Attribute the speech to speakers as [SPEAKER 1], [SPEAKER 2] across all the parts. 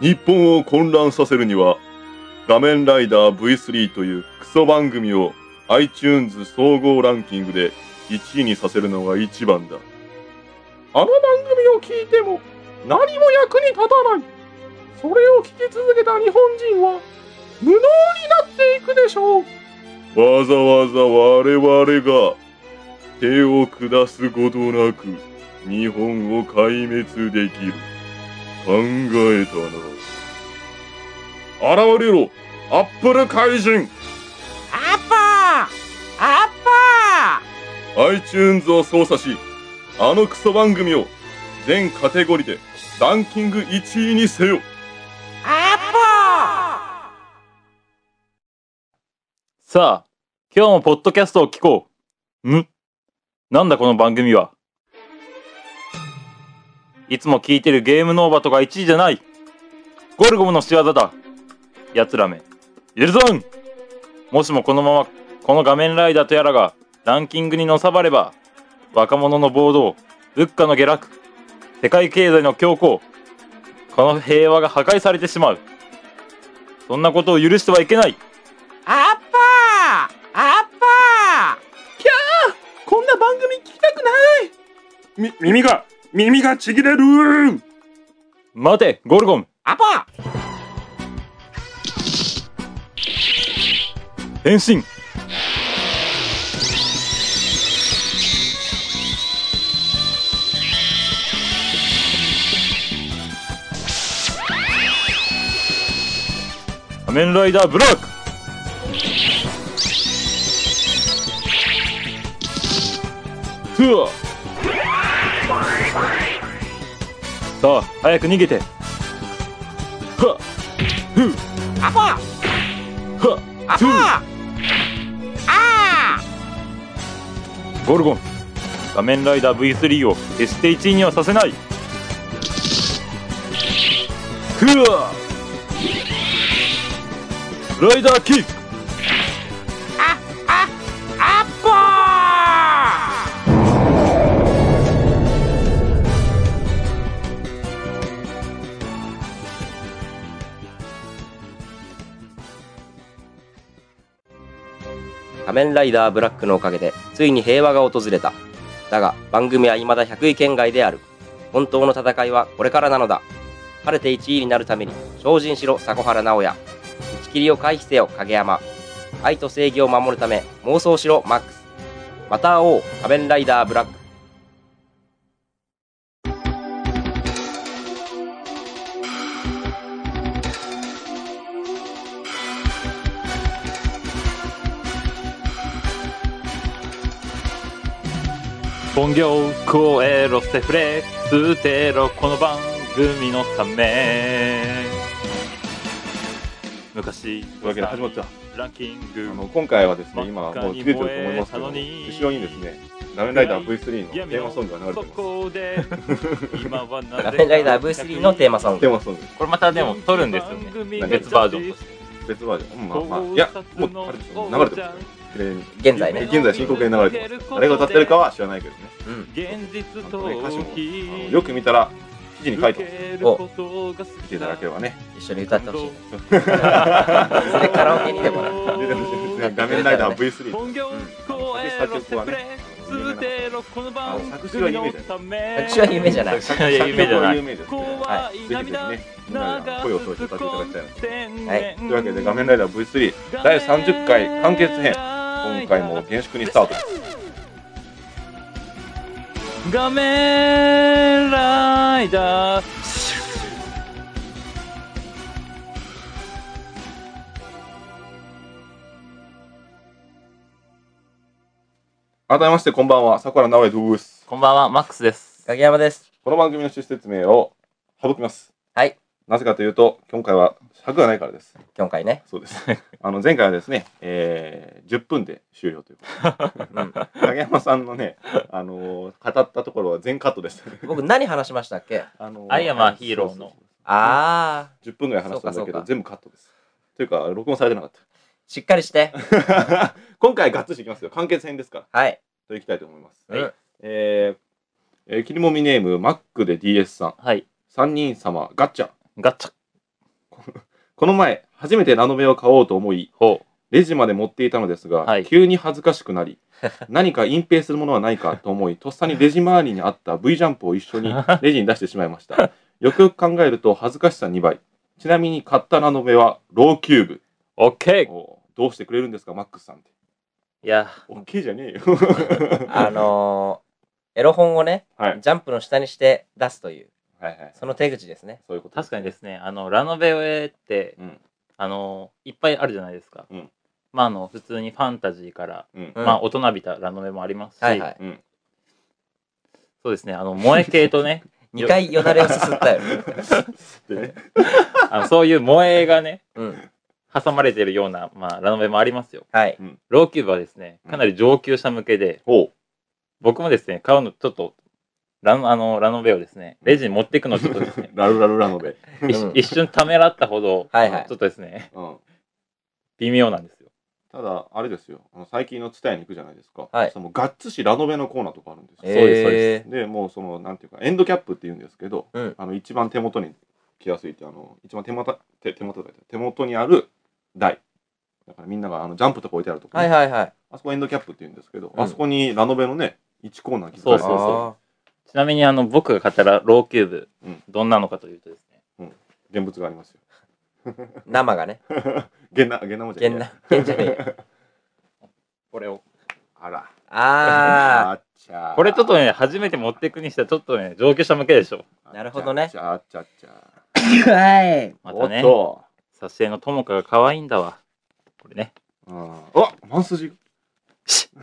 [SPEAKER 1] 日本を混乱させるには、画面ライダー V3 というクソ番組を iTunes 総合ランキングで1位にさせるのが一番だ。
[SPEAKER 2] あの番組を聞いても何も役に立たない。それを聞き続けた日本人は無能になっていくでしょう。
[SPEAKER 1] わざわざ我々が手を下すことなく日本を壊滅できる。考えたな。現れろアップル怪人
[SPEAKER 3] アッパーアッパ
[SPEAKER 1] iTunes を操作し、あのクソ番組を全カテゴリでランキング1位にせよ
[SPEAKER 3] ーアッパー
[SPEAKER 4] さあ、今日もポッドキャストを聞こう。んなんだこの番組は。いつも聞いてるゲームノーバとか1位じゃない。ゴルゴムの仕業だ。奴らめ。許さんもしもこのまま、この画面ライダーとやらがランキングにのさばれば、若者の暴動、物価の下落、世界経済の強行、この平和が破壊されてしまう。そんなことを許してはいけない。
[SPEAKER 3] アッパーアッパ
[SPEAKER 2] こんな番組聞きたくない。
[SPEAKER 5] み、耳が、耳がちぎれる
[SPEAKER 4] 待て、ゴルゴム
[SPEAKER 3] ーアッパー
[SPEAKER 4] 変身仮面ライダーブラックふわさあ早く逃げてはっ
[SPEAKER 3] アッパー
[SPEAKER 4] はっ
[SPEAKER 3] アッ
[SPEAKER 4] ふわ
[SPEAKER 3] パーあ
[SPEAKER 4] ゴルゴン仮面ライダー V3 を決して1位にはさせないふわライダーキック
[SPEAKER 3] ーああアッパ
[SPEAKER 6] 仮面ライダーブラックのおかげで、ついに平和が訪れた。だが、番組は未だ100位圏外である。本当の戦いはこれからなのだ。晴れて1位になるために、精進しろ、迫原直也。打ち切りを回避せよ、影山。愛と正義を守るため、妄想しろ、マックス。また会おう、仮面ライダーブラック。
[SPEAKER 4] 本業超えろセフレ捨てろこの番組のため昔
[SPEAKER 1] というわけで始まった。
[SPEAKER 4] ランキン
[SPEAKER 1] あの
[SPEAKER 4] グ
[SPEAKER 1] 今回はですね、
[SPEAKER 4] 真っ
[SPEAKER 1] 今
[SPEAKER 4] 赤
[SPEAKER 1] もう
[SPEAKER 4] に
[SPEAKER 1] 切れてると思いますけど、
[SPEAKER 4] 燃えたのに
[SPEAKER 1] 後ろにですね、ラメライダー V3 のテーマソングが流れて
[SPEAKER 4] そ
[SPEAKER 1] ます。
[SPEAKER 4] こで今はなぜか
[SPEAKER 6] 仮面ライダー V3 のテーマソ
[SPEAKER 1] テ
[SPEAKER 6] ング。
[SPEAKER 1] ーマソング、
[SPEAKER 4] これまたでも撮るんですよね
[SPEAKER 1] 何
[SPEAKER 4] 別バージョンとして
[SPEAKER 1] 別バージョン。うんまあまあ、いや、もうあれですよ、流れてますよ。綺麗に。
[SPEAKER 6] 現在ね。
[SPEAKER 1] 現在進行形に流れてます。誰が歌ってるかは知らないけどね。
[SPEAKER 6] うん。
[SPEAKER 4] 現実
[SPEAKER 1] あとね歌詞もあの
[SPEAKER 4] と
[SPEAKER 1] よく見たら、記事に書いてます。
[SPEAKER 4] て
[SPEAKER 6] お
[SPEAKER 1] 見ていただければね。
[SPEAKER 6] 一緒に歌ってほしいね。
[SPEAKER 4] そ
[SPEAKER 6] それカラオケにでもな
[SPEAKER 1] 出てほしいですね。画面ライダー V3。
[SPEAKER 4] 本業公演
[SPEAKER 1] 作曲はね
[SPEAKER 4] 捨てろこの番組の
[SPEAKER 1] 作詞は夢じゃない
[SPEAKER 4] ため
[SPEAKER 6] 作詞は夢じゃない
[SPEAKER 4] 作詞は夢じゃない
[SPEAKER 1] 有名ですね。
[SPEAKER 4] 怖い
[SPEAKER 1] ぜひぜ
[SPEAKER 4] 涙
[SPEAKER 1] ひね、みんなで声を添えて歌っていただきたいなと。
[SPEAKER 4] はい
[SPEAKER 1] というわけで、画面ライダー V3 第30回完結編。今回も厳粛にスタート。
[SPEAKER 4] 画面ライダー
[SPEAKER 1] 改めまして、こんばんは。桜直江です。
[SPEAKER 4] こんばんはマックスです
[SPEAKER 6] 影山です。
[SPEAKER 1] この番組の趣旨説明を省きます。
[SPEAKER 6] はい。
[SPEAKER 1] なぜかというと、今回は尺がないからです。
[SPEAKER 6] 今回ね。
[SPEAKER 1] そう です。あの前回はですね、えー、10分で終了ということで。影山さんのね、あのー語ったところは全カットです。
[SPEAKER 6] 僕何話しましたっけ
[SPEAKER 1] あの
[SPEAKER 4] アイアムアヒーローの
[SPEAKER 1] そうそう
[SPEAKER 6] あー。
[SPEAKER 1] そう10分ぐらい話したん
[SPEAKER 6] そ
[SPEAKER 1] だけ
[SPEAKER 6] うかそう
[SPEAKER 1] ど、
[SPEAKER 6] か
[SPEAKER 1] 全部カットです。というか、録音されてなかっ
[SPEAKER 6] しっかりして。
[SPEAKER 1] た。 今回、ガッツリいきますよ。完結編ですから。
[SPEAKER 6] はい。
[SPEAKER 1] といきたいと思います。
[SPEAKER 6] はい
[SPEAKER 1] えーえー、切りもみネーム、マックで DS さん。
[SPEAKER 4] はい
[SPEAKER 1] 3人様、ガッチャ。
[SPEAKER 4] ガッチャ
[SPEAKER 1] この前、初めてラノベを買おうと思い、
[SPEAKER 4] ほ
[SPEAKER 1] レジまで持っていたのですが、
[SPEAKER 4] はい
[SPEAKER 1] 急に恥ずかしくな り、何か隠蔽するものはないかと思い、とっ さにレジ周りにあった V ジャンプを一緒 にレジに出してしまいました。よくよく考えると恥ずかしさ2倍。ちなみに買ったラノベは、ローキューブ。
[SPEAKER 4] う。オッケー。
[SPEAKER 1] おどうしてくれるんですか、マックスさんって。
[SPEAKER 6] いや、
[SPEAKER 1] オッケーじゃ ねえよ。
[SPEAKER 6] あのー、エロ本をね、
[SPEAKER 1] はい
[SPEAKER 6] ジャンプの下にして出すという、
[SPEAKER 1] はいはい。
[SPEAKER 6] その手口ですね。
[SPEAKER 1] そういうこと
[SPEAKER 4] 確かにですね、あの、ラノベって、
[SPEAKER 1] うん
[SPEAKER 4] あの、いっぱいあるじゃないですか。
[SPEAKER 1] うん
[SPEAKER 4] まあ、あの、普通にファンタジーから、
[SPEAKER 1] うん
[SPEAKER 6] うん
[SPEAKER 4] まあ、大人びたラノベもありますし、
[SPEAKER 6] はいはい。
[SPEAKER 1] うん。
[SPEAKER 4] そうですね、あの、萌え系と ね、
[SPEAKER 6] 2回よだれをすすったよ。
[SPEAKER 1] でね
[SPEAKER 4] あのそういう萌えがね、
[SPEAKER 6] うん。
[SPEAKER 4] 挟まれてるような、まあ、ラノベもありますよ。
[SPEAKER 6] はい。
[SPEAKER 4] ローキューブはですね、かなり上級者向けで、
[SPEAKER 1] ほう。、
[SPEAKER 4] 僕もですね、買うのちょっと、ラノあのラノベをですね、レジに持っていくのをちょっとですね
[SPEAKER 1] ラルラルラノベ。
[SPEAKER 4] 一
[SPEAKER 6] うん
[SPEAKER 4] 一瞬ためらったほど、
[SPEAKER 6] はいはい
[SPEAKER 4] ちょっとですね、
[SPEAKER 1] うん。
[SPEAKER 4] 微妙なんですよ。
[SPEAKER 1] ただ、あれですよ。あの最近のツタヤに行くじゃないですか。
[SPEAKER 6] はい
[SPEAKER 1] そのがっつしラノベのコーナーとかあるんですよ。
[SPEAKER 4] うですそう
[SPEAKER 6] え
[SPEAKER 4] で
[SPEAKER 6] ー
[SPEAKER 1] でもうそのなんていうかエンドキャップって言うんですけど、
[SPEAKER 6] うん
[SPEAKER 1] あの一番手元に来やすいってあの一番手元手手元だ手元にある台だからみんながあのジャンプとか置いてあるとこね、
[SPEAKER 6] はいはいはい。
[SPEAKER 1] あそこエンドキャップって言うんですけど、
[SPEAKER 6] うん
[SPEAKER 1] あそこにラノベのね1コーナー来
[SPEAKER 4] そうそうそうちなみにあの僕が買ったらローキューブ、
[SPEAKER 1] うん
[SPEAKER 4] どんなのかというとですね、
[SPEAKER 1] 現物がありますよ
[SPEAKER 6] あー生がね。
[SPEAKER 1] ゲンナゲンナもじゃ
[SPEAKER 6] け
[SPEAKER 1] ねえ
[SPEAKER 6] ん
[SPEAKER 1] や
[SPEAKER 6] な。けんじゃねえよ。
[SPEAKER 4] これを。
[SPEAKER 1] あら
[SPEAKER 6] あ
[SPEAKER 1] あっちゃー
[SPEAKER 4] これちょっとね、初めて持っていくにしてはちょっとね、上級者向けでしょ。
[SPEAKER 1] あっちゃー
[SPEAKER 6] なるほどね
[SPEAKER 1] あっちゃーあっちゃーあっちゃ
[SPEAKER 3] ー。はい。
[SPEAKER 4] ま
[SPEAKER 1] ー
[SPEAKER 4] たね、
[SPEAKER 1] おっ
[SPEAKER 4] 撮影の友果が可愛いんだわ。これね。
[SPEAKER 1] とうんあマンスジ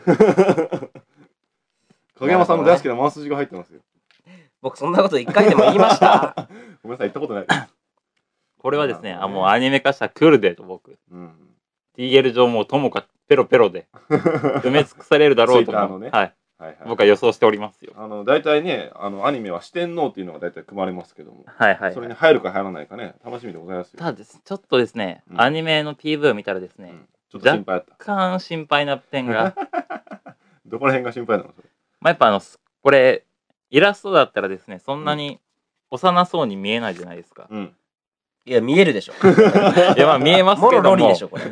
[SPEAKER 1] 影山さんの大好きなマンスジが入ってますよ
[SPEAKER 6] ー、僕そんなこと一回でも言いました。
[SPEAKER 1] ごめんなさい行ったことないです
[SPEAKER 4] これはですね、
[SPEAKER 1] なる
[SPEAKER 4] あ
[SPEAKER 1] ほどね
[SPEAKER 4] もうアニメ化したクールデーと僕。
[SPEAKER 1] うん、
[SPEAKER 4] TL 上もう友果ペロペロで埋め尽くされるだろうと
[SPEAKER 1] Twitter の
[SPEAKER 4] も、
[SPEAKER 1] ね
[SPEAKER 4] はい、
[SPEAKER 1] はいはい、
[SPEAKER 4] 僕は予想しておりますよ。
[SPEAKER 1] あの大体ねあのアニメは四天王っていうのが大体組まれますけども、
[SPEAKER 4] はいはい、
[SPEAKER 1] そ
[SPEAKER 4] は
[SPEAKER 1] れ
[SPEAKER 4] い
[SPEAKER 1] に。入るか入らないかね楽しみでございますよ
[SPEAKER 4] ただです、ちょっとですね、
[SPEAKER 1] うん
[SPEAKER 4] アニメの PV を見たらですね、
[SPEAKER 1] うんちょっと心配だった
[SPEAKER 4] 若干心配な点 が、
[SPEAKER 1] どこら辺が心配なのそれ
[SPEAKER 4] まあやっぱあの、すこれ、イラストだったらですね、そんなに幼そうに見えないじゃないですか。
[SPEAKER 1] うん
[SPEAKER 6] いや、見えるでしょ。
[SPEAKER 4] いやまあ見えます
[SPEAKER 6] も
[SPEAKER 4] け
[SPEAKER 6] ろ
[SPEAKER 4] ど
[SPEAKER 6] ロ
[SPEAKER 4] も
[SPEAKER 6] リでしょ、これ。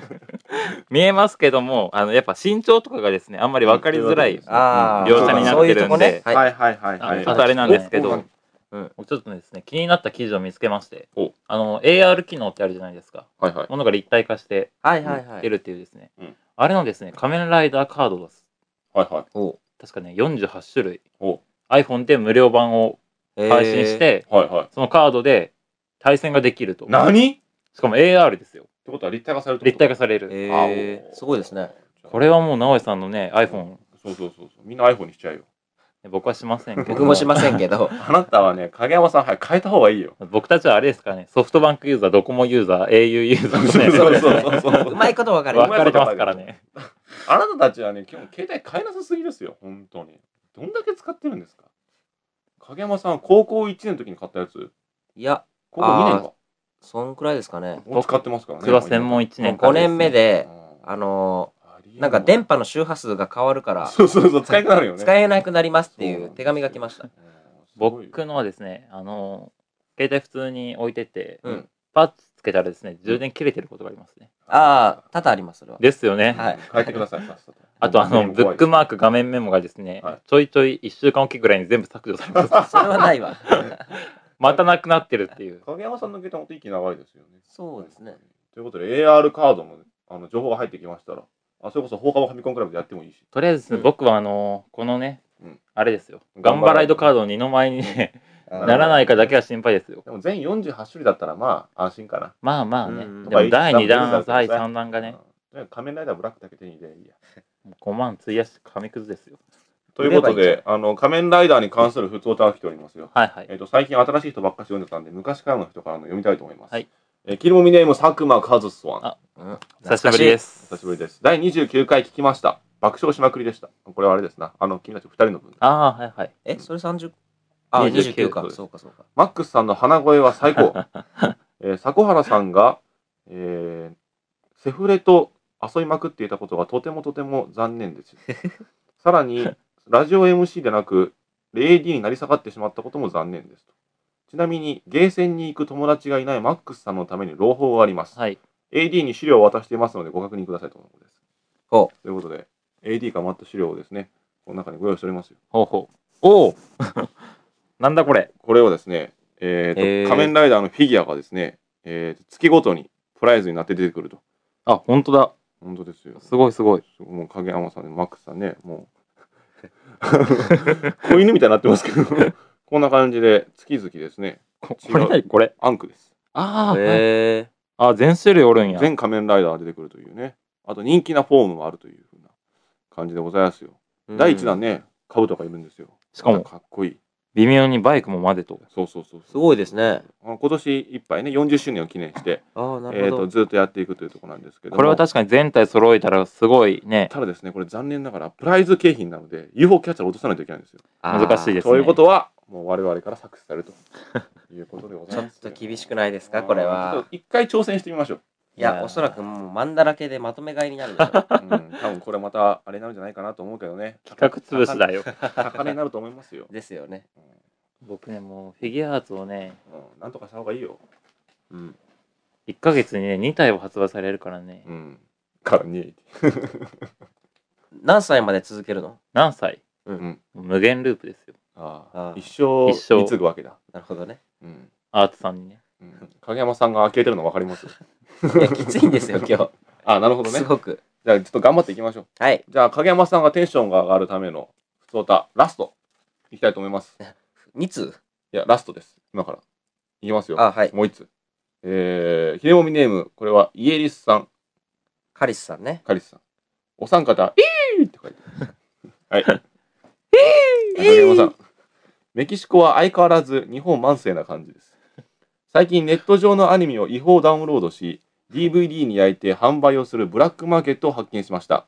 [SPEAKER 4] 見えますけどもあのやっぱ身長とかがですねあんまり分かりづらい、
[SPEAKER 1] うん
[SPEAKER 6] ああ。
[SPEAKER 1] 描写になって
[SPEAKER 6] そういうとこね
[SPEAKER 4] るんで
[SPEAKER 6] はい
[SPEAKER 1] はいはいはい
[SPEAKER 4] あ
[SPEAKER 1] はい
[SPEAKER 4] のちょっとあれなんですけ
[SPEAKER 1] お
[SPEAKER 4] ど
[SPEAKER 1] お、
[SPEAKER 4] うん、ちょっとですね気になった記事を見つけまして
[SPEAKER 1] お
[SPEAKER 4] あの AR 機能ってあるじゃないですか
[SPEAKER 1] はいはい
[SPEAKER 4] ものが立体化して
[SPEAKER 6] はいはいは
[SPEAKER 4] 出
[SPEAKER 6] い。
[SPEAKER 4] るっていうですね、
[SPEAKER 1] うん
[SPEAKER 4] あれのですね仮面ライダーカードです
[SPEAKER 1] はいはい
[SPEAKER 4] 確かね48種類
[SPEAKER 1] お
[SPEAKER 4] iPhone で無料版を配信し
[SPEAKER 6] えー。
[SPEAKER 4] て、
[SPEAKER 1] はいはい
[SPEAKER 4] そのカードで対戦ができると
[SPEAKER 1] 何って
[SPEAKER 4] しかも AR ですよ
[SPEAKER 1] ことは立体化されるって
[SPEAKER 4] 立
[SPEAKER 1] こと
[SPEAKER 4] 体化される、
[SPEAKER 6] えー、すごいですね。
[SPEAKER 4] これはもう直江さんのね iPhone
[SPEAKER 1] そうそうそうそうみんな iPhone にしちゃうよ
[SPEAKER 4] 僕はしませんけど
[SPEAKER 6] 僕もしませんけど。
[SPEAKER 1] あなたはね影山さんはい変えた方がいいよ
[SPEAKER 4] 僕たちはあれですからね、ソフトバンクユーザー、ドコモユーザー、au ユーザーとね、
[SPEAKER 1] そう
[SPEAKER 6] ですね
[SPEAKER 1] そうそうそう
[SPEAKER 6] うまいこと分かる。
[SPEAKER 4] 分かれてますからね。
[SPEAKER 1] あなたたちはね基本携帯買えなさすぎですよ本当にどんだけ使ってるんですか影山さんは高校1年の時に買ったやつ
[SPEAKER 6] いや、
[SPEAKER 1] 高校2年か
[SPEAKER 6] そんくらいですかね。
[SPEAKER 1] もう使ってますからね
[SPEAKER 4] 僕は専門1年
[SPEAKER 6] 5年目で、
[SPEAKER 1] あ
[SPEAKER 6] あのー、
[SPEAKER 1] の
[SPEAKER 6] なんか電波の周波数が変わるから、
[SPEAKER 1] そうそうそう使えなくなるよね
[SPEAKER 6] 使えなくなりますって
[SPEAKER 1] そう
[SPEAKER 6] い
[SPEAKER 1] なん
[SPEAKER 6] う
[SPEAKER 1] ですよ
[SPEAKER 6] 手紙が来ました。
[SPEAKER 4] 僕のはですね、あの、携帯普通に置いてて、
[SPEAKER 6] うん
[SPEAKER 4] パッつけたらですね、充電切れてることがありますね。
[SPEAKER 6] ああ、多々あります、それは。
[SPEAKER 4] ですよね。
[SPEAKER 6] はい。
[SPEAKER 1] 変えてくださいさっさと
[SPEAKER 4] あと、あの、ブックマーク画面メモがですね、
[SPEAKER 1] はい
[SPEAKER 4] ちょいちょい1週間おきぐらいに全部削除されます。
[SPEAKER 6] それはな いわ。
[SPEAKER 4] またなくなってるっていう。
[SPEAKER 1] 影山さんの携帯も息長いですよね
[SPEAKER 6] そうですね。
[SPEAKER 1] ということで AR カードのあの情報が入ってきましたらあそれこそ放課後ファミコンクラブでやってもいいし
[SPEAKER 4] とりあえず、
[SPEAKER 1] うん
[SPEAKER 4] 僕はあの、このね、
[SPEAKER 1] うん
[SPEAKER 4] あれですよ。ガ
[SPEAKER 1] ガ
[SPEAKER 4] ン
[SPEAKER 1] ン
[SPEAKER 4] バ
[SPEAKER 1] バ
[SPEAKER 4] ラ
[SPEAKER 1] ラ
[SPEAKER 4] イ
[SPEAKER 1] イ
[SPEAKER 4] ド
[SPEAKER 1] ド
[SPEAKER 4] カードに二の前にね、
[SPEAKER 1] な
[SPEAKER 4] ならないかだけは心配ですよ。
[SPEAKER 1] でも全48種類だったらまあ安心かな
[SPEAKER 4] まあまあね。
[SPEAKER 6] うん
[SPEAKER 4] でも第2
[SPEAKER 1] まあ
[SPEAKER 4] 弾、
[SPEAKER 1] 一段
[SPEAKER 4] 第3弾がね、
[SPEAKER 1] うん仮面ライダーブラックだけ手に入れりゃいいや
[SPEAKER 4] 5万費やして紙くずですよ。
[SPEAKER 1] ということ
[SPEAKER 6] 売ればいいじゃ
[SPEAKER 1] で、あの、仮面ライダーに関する普通歌が来ておりますよ。
[SPEAKER 4] はいはい
[SPEAKER 1] え。っ、と、最近新しい人ばっかし読んでたんで、昔からの人からの読みたいと思います。
[SPEAKER 4] はい。
[SPEAKER 1] えー、キルモミネーム佐久間和スワン
[SPEAKER 4] あ。
[SPEAKER 6] うん。
[SPEAKER 4] 久しぶりですす。
[SPEAKER 1] 久しぶりです。第29回聞きました。爆笑しまくりでした。これはあれですな。あの、君たち2人の分。
[SPEAKER 4] ああ、はいはい。
[SPEAKER 6] え、それ 30? あ、29
[SPEAKER 4] 29
[SPEAKER 6] か
[SPEAKER 1] そ。うです
[SPEAKER 6] そうか、そうか。
[SPEAKER 1] マックスさんの鼻声は最高。えー、迫原さんが、えーセフレと遊びまくっていたことがとてもとても残念です。さらに、ラジオ MC でなく、AD になり下がってしまったことも残念ですと。ちなみに、ゲーセンに行く友達がいないマックスさんのために朗報があります。
[SPEAKER 4] はい。
[SPEAKER 1] AD に資料を渡していますのでご確認くださいとのことです。
[SPEAKER 6] ほ
[SPEAKER 1] ということで、AD が余った資料をですね、この中にご用意しておりますよ。
[SPEAKER 4] ほうほう。おお なんだこれ。
[SPEAKER 1] これをですね、えーと
[SPEAKER 6] へー
[SPEAKER 1] 仮面ライダーのフィギュアがですね、えーと月ごとにプライズになって出てくると。
[SPEAKER 4] あ、本当だ。
[SPEAKER 1] 本当ですよ。
[SPEAKER 4] すごいすごい。
[SPEAKER 1] もう影山さんでマックスさんね、もう、 子犬みたいになってますけど、こんな感じで、月々ですね、
[SPEAKER 4] ここれ何これ。
[SPEAKER 1] アンクです。
[SPEAKER 4] ああ、はい
[SPEAKER 6] へえ
[SPEAKER 4] あ、全種類おるんや。
[SPEAKER 1] 全仮面ライダーが出てくるというね、あと人気なフォームもあるというふうな感じでございますよ。第1弾
[SPEAKER 6] ね
[SPEAKER 1] ね、カブとかいるんですよ。
[SPEAKER 4] しか
[SPEAKER 1] ま
[SPEAKER 4] も、
[SPEAKER 1] たかっこいい。
[SPEAKER 4] 微妙にバイクもまでと。
[SPEAKER 1] そうそうそうそう。
[SPEAKER 6] すごいですね
[SPEAKER 1] あの今年いっぱいね、40周年を記念して、
[SPEAKER 6] ああな
[SPEAKER 1] え
[SPEAKER 6] る
[SPEAKER 1] ー、
[SPEAKER 6] ほ
[SPEAKER 1] と
[SPEAKER 6] ど
[SPEAKER 1] ずっとやっていくというところなんですけども
[SPEAKER 4] これは確かに全体揃えたらすごいね。
[SPEAKER 1] ただですね、これ残念ながらプライズ景品なので UFO キャッチャーを落とさないといけないんですよ。
[SPEAKER 6] あー
[SPEAKER 4] 難しいですね
[SPEAKER 1] ということは、もう我々から搾取されるということでご
[SPEAKER 6] ち
[SPEAKER 1] ざい
[SPEAKER 6] ょ
[SPEAKER 1] ま
[SPEAKER 6] っ
[SPEAKER 1] す。
[SPEAKER 6] と厳しくないですかこれ
[SPEAKER 1] あー。ちょっ
[SPEAKER 6] は
[SPEAKER 1] と一回挑戦してみましょう。
[SPEAKER 6] いやおそらくもうマンダらけでまとめ買いになるでし ょ
[SPEAKER 1] うん、多分これまたあれになるんじゃないかなと思うけどね。
[SPEAKER 4] 企画潰しだよ。
[SPEAKER 1] 高値になると思いますよ。
[SPEAKER 6] ですよね
[SPEAKER 4] 僕ね、もうフィギュアーツをね、
[SPEAKER 1] うん、なんとかした方がいいよ。うん。
[SPEAKER 4] 1ヶ月にね、2体を発売されるからね。
[SPEAKER 1] うん。からね。
[SPEAKER 6] 何歳まで続けるの
[SPEAKER 4] 何歳
[SPEAKER 1] うん。
[SPEAKER 4] 無限ループですよ。
[SPEAKER 1] あ
[SPEAKER 6] あー
[SPEAKER 1] ー一
[SPEAKER 4] 一生
[SPEAKER 1] 生貢ぐわけだ。
[SPEAKER 6] なるほどね
[SPEAKER 1] うん。
[SPEAKER 4] アーツさんにね。
[SPEAKER 1] うん影山さんが呆れてるの分かります
[SPEAKER 6] いやきついんですよ 今
[SPEAKER 1] あ、なるほ
[SPEAKER 6] 日
[SPEAKER 1] ど
[SPEAKER 6] す
[SPEAKER 1] ね。
[SPEAKER 6] ごく
[SPEAKER 1] じゃあちょっと頑張っていきましょう。
[SPEAKER 6] はい
[SPEAKER 1] じゃあ影山さんがテンションが上がるための普通歌ラストいきたいと思います。
[SPEAKER 6] 2通
[SPEAKER 1] いやラストです。今からいきますよ。
[SPEAKER 6] あはい
[SPEAKER 1] もう一つ。えー、ひれもみネームこれはイエリスさん、
[SPEAKER 6] カリスさんね
[SPEAKER 1] カリスさん、お三方イーって書いてある。はい。
[SPEAKER 6] ー
[SPEAKER 1] 影山さん、メキシコは相変わらず日本慢性な感じです。最近ネット上のアニメを違法ダウンロードし DVD に焼いて販売をするブラックマーケットを発見しました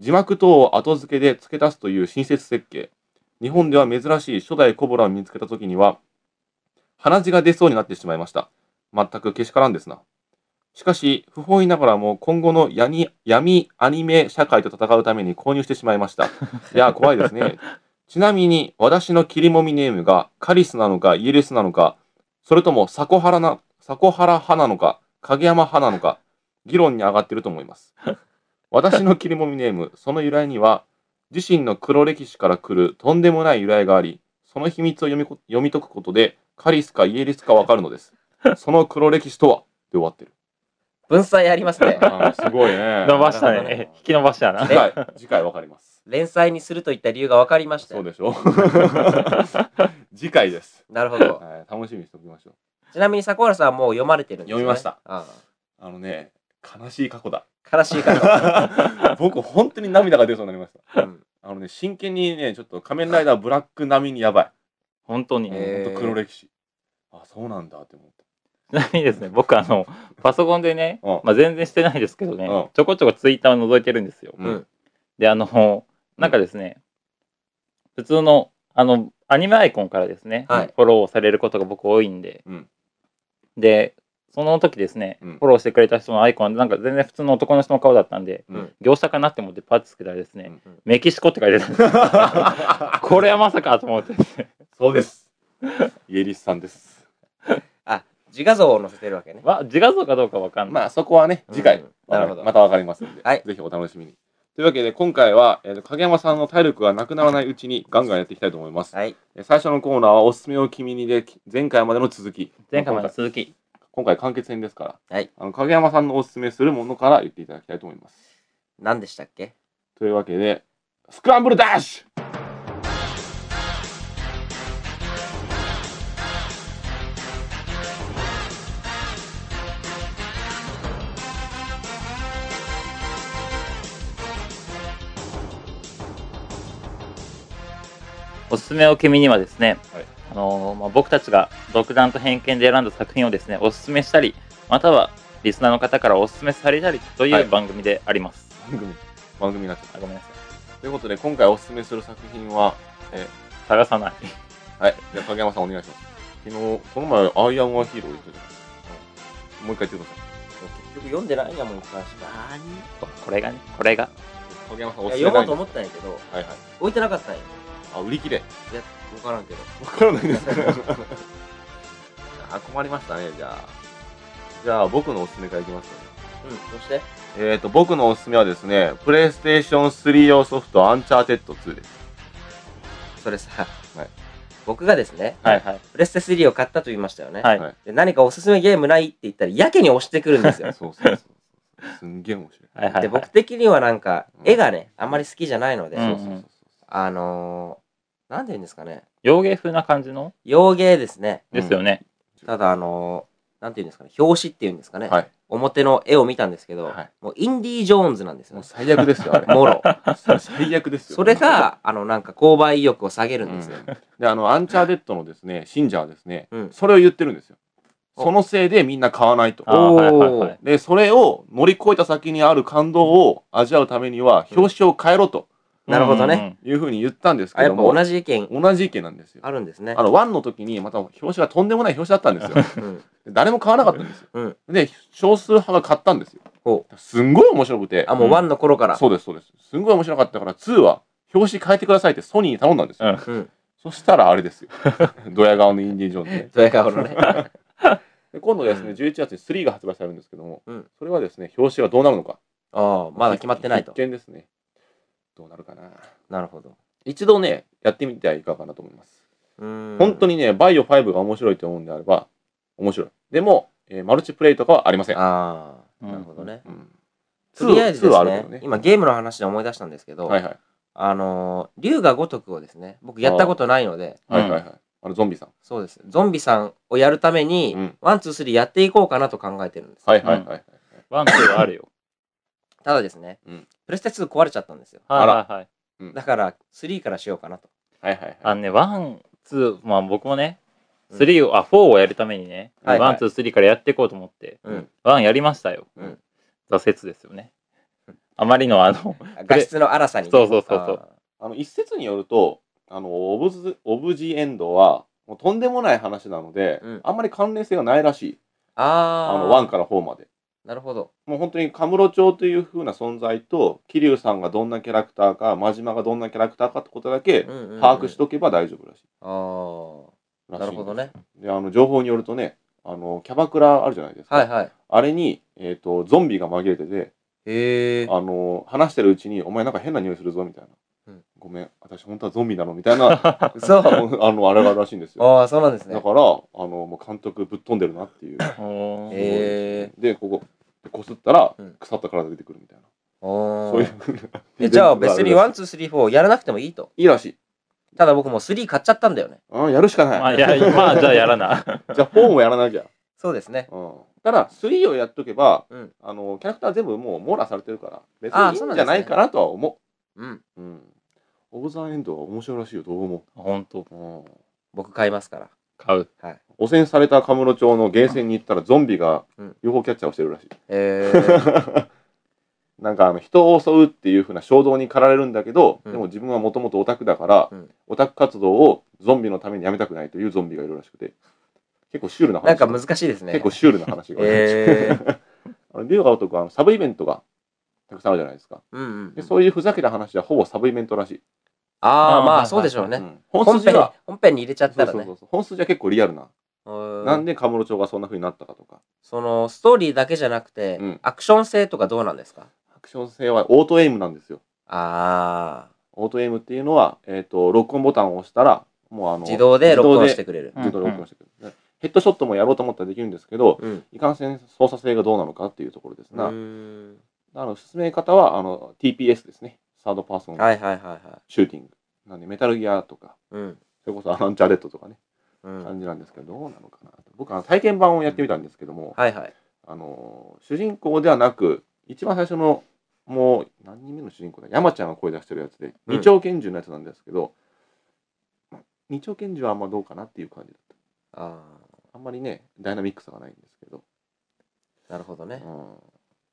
[SPEAKER 1] 字幕等を後付けで付け足すという親切設計日本では珍しい初代コボラを見つけた時には鼻血が出そうになってしまいました全くけしからんですなしかし不本意ながらも今後の闇闇アニメ社会と戦うために購入してしまいましたいやー怖いですねちなみに私の切りもみネームがカリスなのかイエレスなのかそれともサコハラな、サコハラ派なのか、影山派なのか、議論に上がってると思います。私の切りもみネーム、その由来には、自身の黒歴史から来るとんでもない由来があり、その秘密を読みこ読み解くことで、カリスかイエリスかわかるのです。その黒歴史とはで終わってる。
[SPEAKER 6] 文才あります ね
[SPEAKER 1] あーすごいね
[SPEAKER 4] 伸ばした
[SPEAKER 6] なるほど
[SPEAKER 4] ね。え引き伸ばしたな
[SPEAKER 1] 次。回、次回わかります。
[SPEAKER 6] 連載にするといった理由が分かりました
[SPEAKER 1] そう
[SPEAKER 6] よ
[SPEAKER 1] でしょ次回です、
[SPEAKER 6] なるほど
[SPEAKER 1] はい。楽しみにしておきましょう。
[SPEAKER 6] ちなみに坂原さんはもう読まれてるんですよね
[SPEAKER 1] 読みました
[SPEAKER 6] あ
[SPEAKER 1] あのね、悲しい過去だ。
[SPEAKER 6] あ悲しいから、
[SPEAKER 1] 僕、本当に涙が出そうになりました。
[SPEAKER 6] うん
[SPEAKER 1] あのね、真剣にね、ちょっと仮面ライダーブラック並みにやば
[SPEAKER 4] 本当
[SPEAKER 1] い。
[SPEAKER 4] に。
[SPEAKER 1] ほ
[SPEAKER 6] へえ
[SPEAKER 4] ち
[SPEAKER 6] ー
[SPEAKER 1] んと黒歴史。あ、そうなんだって思った。
[SPEAKER 4] なみにですね、僕あの、パソコンでね
[SPEAKER 1] うん、
[SPEAKER 4] まあ全然してないですけどね
[SPEAKER 1] うん、
[SPEAKER 4] ちょこちょこツイッターを覗いてるんですよ。
[SPEAKER 1] うん。
[SPEAKER 4] で、あの、なんかですね、普通の、あの、アニメアイコンからですね、
[SPEAKER 6] はい
[SPEAKER 4] フォローされることが僕多いんで、
[SPEAKER 1] うん
[SPEAKER 4] で、その時ですね、
[SPEAKER 1] うん
[SPEAKER 4] フォローしてくれた人のアイコン、なんか全然普通の男の人の顔だったんで、
[SPEAKER 1] うん
[SPEAKER 4] 業者かなって思ってパッとつけたらですね、
[SPEAKER 6] うん
[SPEAKER 4] メキシコって書いてた んですよ これはまさかと思って ですね、
[SPEAKER 1] そうです。イエリスさんです。
[SPEAKER 6] あ自画像を載せてるわけね
[SPEAKER 4] まあ、自画像かどうかわかんない。
[SPEAKER 1] まあ、そこはね、次回、
[SPEAKER 6] うんなるほど
[SPEAKER 1] またわかりますんで、
[SPEAKER 6] はい
[SPEAKER 1] ぜひお楽しみに。というわけで、今回は、えーと影山さんの体力がなくならないうちに、ガンガンやっていきたいと思います。
[SPEAKER 6] はい
[SPEAKER 1] えー最初のコーナーは、おすすめを君にで、前回までの続き。
[SPEAKER 4] 前回までの続き。
[SPEAKER 1] 今回完結編ですから、
[SPEAKER 6] はい
[SPEAKER 1] あの影山さんのおすすめするものから言っていただきたいと思います
[SPEAKER 6] 何でしたっけ
[SPEAKER 1] というわけでスクランブルダッシュ
[SPEAKER 4] おすすめを君にはですね、
[SPEAKER 1] はい
[SPEAKER 4] あのーまあ、僕たちが独断と偏見で選んだ作品をですねおすすめしたりまたはリスナーの方からおすすめされたりとい
[SPEAKER 1] はいう
[SPEAKER 4] 番組であります、
[SPEAKER 1] 番組番組になっちゃっ
[SPEAKER 4] あごめんなさい
[SPEAKER 1] たということで今回おすすめする作品は
[SPEAKER 4] 探さない
[SPEAKER 1] はいじゃあ影山さんお願いします昨日この前アイアンはヒーロー言ってたじゃないもう一回言ってくださ
[SPEAKER 6] 結局読んでないんやもん一回しか
[SPEAKER 4] ここれがねこれが
[SPEAKER 1] い影山さん
[SPEAKER 6] い
[SPEAKER 1] お
[SPEAKER 6] や
[SPEAKER 1] すすめ
[SPEAKER 6] 読も
[SPEAKER 1] ない
[SPEAKER 6] うと思ったんやけど
[SPEAKER 1] はいはい
[SPEAKER 6] 置いてなかったんや
[SPEAKER 1] あ売り切れ
[SPEAKER 6] いや分からんけど
[SPEAKER 1] わからないですねあ困りましたね、じゃあ。じゃあ、僕のおすすめからいきます、ね。
[SPEAKER 6] うん、そして
[SPEAKER 1] えっ、と、僕のおすすめはですね、プレイステーション3用ソフト、アンチャーテッド2です。
[SPEAKER 6] それさ、
[SPEAKER 1] はい
[SPEAKER 6] 僕がですね、
[SPEAKER 4] はいはい。
[SPEAKER 6] プレステ3を買ったと言いましたよね、
[SPEAKER 4] はい。
[SPEAKER 1] はい
[SPEAKER 6] で何かおすすめゲームないって言ったらやけに押してくるんですよ
[SPEAKER 1] そうそうそうそう。すんげえ面白い。
[SPEAKER 4] はいはい。
[SPEAKER 6] で僕的にはなんか
[SPEAKER 1] うん
[SPEAKER 6] 絵がねあんまり好きじゃないので、
[SPEAKER 4] うん
[SPEAKER 1] そうそうそうそう。
[SPEAKER 6] あのー、なんて言うんですかね
[SPEAKER 4] 洋芸風な感じの
[SPEAKER 6] 洋芸ですね
[SPEAKER 4] ですよね。
[SPEAKER 6] ただあのー、なんて言うんですかね表紙っていうんですかね、
[SPEAKER 1] はい
[SPEAKER 6] 表の絵を見たんですけど、
[SPEAKER 1] はい
[SPEAKER 6] もうインディ・ジョーンズなんですよ
[SPEAKER 1] もう
[SPEAKER 6] ね
[SPEAKER 1] 最悪ですよ、あれ。
[SPEAKER 6] もろ
[SPEAKER 1] 最悪ですよ。
[SPEAKER 6] それがあのなんか購買意欲を下げるんですよ、
[SPEAKER 1] うんであのアンチャーデッドのですね信者はですね、
[SPEAKER 6] うん
[SPEAKER 1] それを言ってるんですよ
[SPEAKER 6] お
[SPEAKER 1] そのせいでみんな買わないと
[SPEAKER 4] あーはいはいはい。
[SPEAKER 1] でそれを乗り越えた先にある感動を味わうためには
[SPEAKER 6] うん
[SPEAKER 1] 表紙を変えろと
[SPEAKER 6] なるほどね
[SPEAKER 1] いうふうに言ったんです
[SPEAKER 6] あ
[SPEAKER 1] け
[SPEAKER 6] や
[SPEAKER 1] ど
[SPEAKER 6] っぱ
[SPEAKER 1] も
[SPEAKER 6] 同じ意見
[SPEAKER 1] 同じ意見なんですよ
[SPEAKER 6] あるんですね
[SPEAKER 1] あの1の時にまた表紙がとんでもない表紙だったんです よ
[SPEAKER 6] うん
[SPEAKER 1] で誰も買わなかったんですよ、
[SPEAKER 6] うん
[SPEAKER 1] で少数派が買ったんですよ
[SPEAKER 6] ほ
[SPEAKER 1] すんごい面白くて
[SPEAKER 6] あもうワンの頃から、
[SPEAKER 1] そうですそうですすんごい面白かったから2は表紙変えてくださいってソニーに頼んだんですよ、
[SPEAKER 4] うん
[SPEAKER 6] うん
[SPEAKER 1] そしたらあれ ですよドヤ顔のインディ・ジョーンズね
[SPEAKER 6] ドヤ顔のね
[SPEAKER 1] で今度ですね、11月に3が発売されるんですけども、
[SPEAKER 6] うん
[SPEAKER 1] それはですね、表紙がどうなるのか。
[SPEAKER 6] ああまだ決まってな いと
[SPEAKER 1] 必見ですね。どうなるかな。
[SPEAKER 6] なるほど
[SPEAKER 1] 一度ね、やってみてはいかがかなと思います。本
[SPEAKER 6] 本
[SPEAKER 1] 当にね、バイオ5が面白いと思うんであれば、面白い。でも、えーマルチプレイとかはありません。
[SPEAKER 6] ああ、
[SPEAKER 4] うん
[SPEAKER 6] なるほどね。
[SPEAKER 1] うん
[SPEAKER 6] とりあえずで
[SPEAKER 1] 2は
[SPEAKER 6] す
[SPEAKER 1] あるけ
[SPEAKER 6] ね
[SPEAKER 1] どね。
[SPEAKER 6] 今ゲームの話で思い出したんですけど、
[SPEAKER 1] はいはい。
[SPEAKER 6] あのー、竜が如くをですね、僕やったことないので、
[SPEAKER 1] はいはいはい。あの、ゾンビさん。
[SPEAKER 6] そうです。ゾンビさんをやるために
[SPEAKER 1] うん、
[SPEAKER 6] ワン、ツー、スリーやっていこうかなと考えてるんです。
[SPEAKER 1] はいはいはいはい。
[SPEAKER 4] ワンツーはあるよ。
[SPEAKER 6] ただですね、
[SPEAKER 1] うん
[SPEAKER 6] プレステ2壊れちゃったんですよ。
[SPEAKER 4] はい
[SPEAKER 1] あら
[SPEAKER 4] はいはい。
[SPEAKER 6] だから、3からしようかなと。
[SPEAKER 1] はいはいは
[SPEAKER 4] あ
[SPEAKER 1] い。
[SPEAKER 4] のね、ワン、ツー、まあ僕もね、
[SPEAKER 6] うん
[SPEAKER 4] スリーを、あ、フォーをやるためにね、
[SPEAKER 6] はいはい
[SPEAKER 4] ワン、ツー、スリーからやっていこうと思って
[SPEAKER 6] うん、
[SPEAKER 4] ワンやりましたよ
[SPEAKER 6] うん。
[SPEAKER 4] 挫折ですよね。あまりのあの、
[SPEAKER 6] 画質の荒さにね、
[SPEAKER 4] そうそうそうそう
[SPEAKER 6] あ
[SPEAKER 1] あの、一説によると、あの、オブズ、オブジエンドは、もうとんでもない話なので、
[SPEAKER 6] うん
[SPEAKER 1] あんまり関連性がないらしい。
[SPEAKER 6] ーあ
[SPEAKER 1] あ
[SPEAKER 6] ー
[SPEAKER 1] の、1から4まで。
[SPEAKER 6] なるほど。
[SPEAKER 1] もう本当にカムロ町という風な存在と桐生さんがどんなキャラクターか真島がどんなキャラクターかってことだけ
[SPEAKER 6] うんうんうん
[SPEAKER 1] 把握しとけば大丈夫らしい,
[SPEAKER 6] あ
[SPEAKER 1] らしいんです、
[SPEAKER 6] あなるほどね。
[SPEAKER 1] であの情報によるとねあのキャバクラあるじゃないですか、
[SPEAKER 6] はいはい。
[SPEAKER 1] あれに、えー、とゾンビが紛れてて
[SPEAKER 6] へえ。
[SPEAKER 1] あの話してるうちに「お前なんか変な匂いするぞ」みたいな「
[SPEAKER 6] うん
[SPEAKER 1] ごめん私本当はゾンビなの」みたい な
[SPEAKER 6] そう。あ
[SPEAKER 1] あのあれがあるらしいんですよ
[SPEAKER 6] あー、そうなんです
[SPEAKER 1] だ
[SPEAKER 6] ね。
[SPEAKER 1] からあのもう監督ぶっ飛んでるなっていう
[SPEAKER 4] おー
[SPEAKER 6] へえ。
[SPEAKER 1] でここでこすったら
[SPEAKER 6] うん
[SPEAKER 1] 腐った体出てくるみたいな、
[SPEAKER 6] そ
[SPEAKER 1] そういう風な
[SPEAKER 6] えじゃあ別に
[SPEAKER 1] イベントが
[SPEAKER 6] ワ
[SPEAKER 1] るらし
[SPEAKER 6] ンツースリーフォーやらなくてもいいと。
[SPEAKER 1] いいいらしい
[SPEAKER 6] ただ僕もう3買っちゃったんだよね。
[SPEAKER 1] うん、やるしかない。
[SPEAKER 4] まあ、いや、まあ、じゃあやらな。
[SPEAKER 1] じゃあ、4もやらなきゃ。
[SPEAKER 6] そうですね。
[SPEAKER 1] うん。ただ、3をやっとけば、
[SPEAKER 6] うん
[SPEAKER 1] あの、キャラクター全部もう網羅されてるから、別
[SPEAKER 6] あ
[SPEAKER 1] に
[SPEAKER 6] ー
[SPEAKER 1] いい
[SPEAKER 6] そうな
[SPEAKER 1] ん
[SPEAKER 6] んですね
[SPEAKER 1] じゃないかなとは思
[SPEAKER 6] うん。
[SPEAKER 1] う。うん。オブザーエンドは面白いらしいよ、どうも。
[SPEAKER 4] 本当
[SPEAKER 1] うん。
[SPEAKER 6] 僕買いますから。
[SPEAKER 4] 買う。
[SPEAKER 1] 汚染されたカムロ町のゲーセンに行ったらゾンビが
[SPEAKER 6] うん
[SPEAKER 1] UFO キャッチャーをしてるらしい。
[SPEAKER 6] えー、
[SPEAKER 1] なんかあの人を襲うっていう風な衝動に駆られるんだけど、
[SPEAKER 6] うん
[SPEAKER 1] でも自分はもともとオタクだから、
[SPEAKER 6] うん
[SPEAKER 1] オタク活動をゾンビのためにやめたくないというゾンビがいるらしくて結構シュールな話
[SPEAKER 6] なんか難しいですね。
[SPEAKER 1] 結構シュールな話がある
[SPEAKER 6] えー、
[SPEAKER 1] あの、竜が男はあのサブイベントがたくさんあるじゃないですか。
[SPEAKER 6] うんうん。
[SPEAKER 1] で、そういうふざけた話はほぼサブイベントらしい。
[SPEAKER 6] ああ、ま
[SPEAKER 4] あ
[SPEAKER 6] あ
[SPEAKER 4] ー
[SPEAKER 6] そうでしょう
[SPEAKER 1] う
[SPEAKER 6] ね。
[SPEAKER 1] ん本
[SPEAKER 6] 本
[SPEAKER 1] 筋
[SPEAKER 6] 編
[SPEAKER 1] は、
[SPEAKER 6] 本編に入れちゃっ
[SPEAKER 1] そ
[SPEAKER 6] た
[SPEAKER 1] う
[SPEAKER 6] ら
[SPEAKER 1] そう
[SPEAKER 6] ね
[SPEAKER 1] そう。そう。本筋は結構リアルな。
[SPEAKER 6] な
[SPEAKER 1] なんでカムロ町がそんな風になったかとか。
[SPEAKER 6] そのストーリーだけじゃなくて、
[SPEAKER 1] うん
[SPEAKER 6] アクション性とかどうなんですか
[SPEAKER 1] アクション性はオートエイムなんですよ。
[SPEAKER 6] ああ、
[SPEAKER 1] オートエイムっていうのは、えっ、と、録音ボタンを押したら、もうあの、
[SPEAKER 6] 自動で録音しててくれる。
[SPEAKER 1] 自動で録音してくる、でヘッドショットもやろうと思ったらできるんですけど、
[SPEAKER 6] うん。
[SPEAKER 1] いかんせん操作性がどうなのかっていうところです
[SPEAKER 6] う
[SPEAKER 1] な。
[SPEAKER 6] ん。
[SPEAKER 1] あの、進め方は、あの、TPS ですね。サードパーソン
[SPEAKER 6] はいはいはいはい。
[SPEAKER 1] シューティング。なんで、メタルギアとか、
[SPEAKER 6] うん。
[SPEAKER 1] それこそアランチャーレッドとかね。
[SPEAKER 6] うん、
[SPEAKER 1] 感じなんですけど、どうなのかなと僕あの体験版をやってみたんですけども、
[SPEAKER 6] はいはい。
[SPEAKER 1] あの主人公ではなく一番最初のもう何人目の主人公だ山ちゃんが声出してるやつで、
[SPEAKER 6] うん
[SPEAKER 1] 二丁拳銃のやつなんですけど、ま二丁拳銃はあんまどうかなっていう感じだっ
[SPEAKER 6] あ
[SPEAKER 1] たあんまりねダイナミックさがないんですけど、
[SPEAKER 6] あ、なるほど
[SPEAKER 1] う
[SPEAKER 6] ね。
[SPEAKER 1] ん、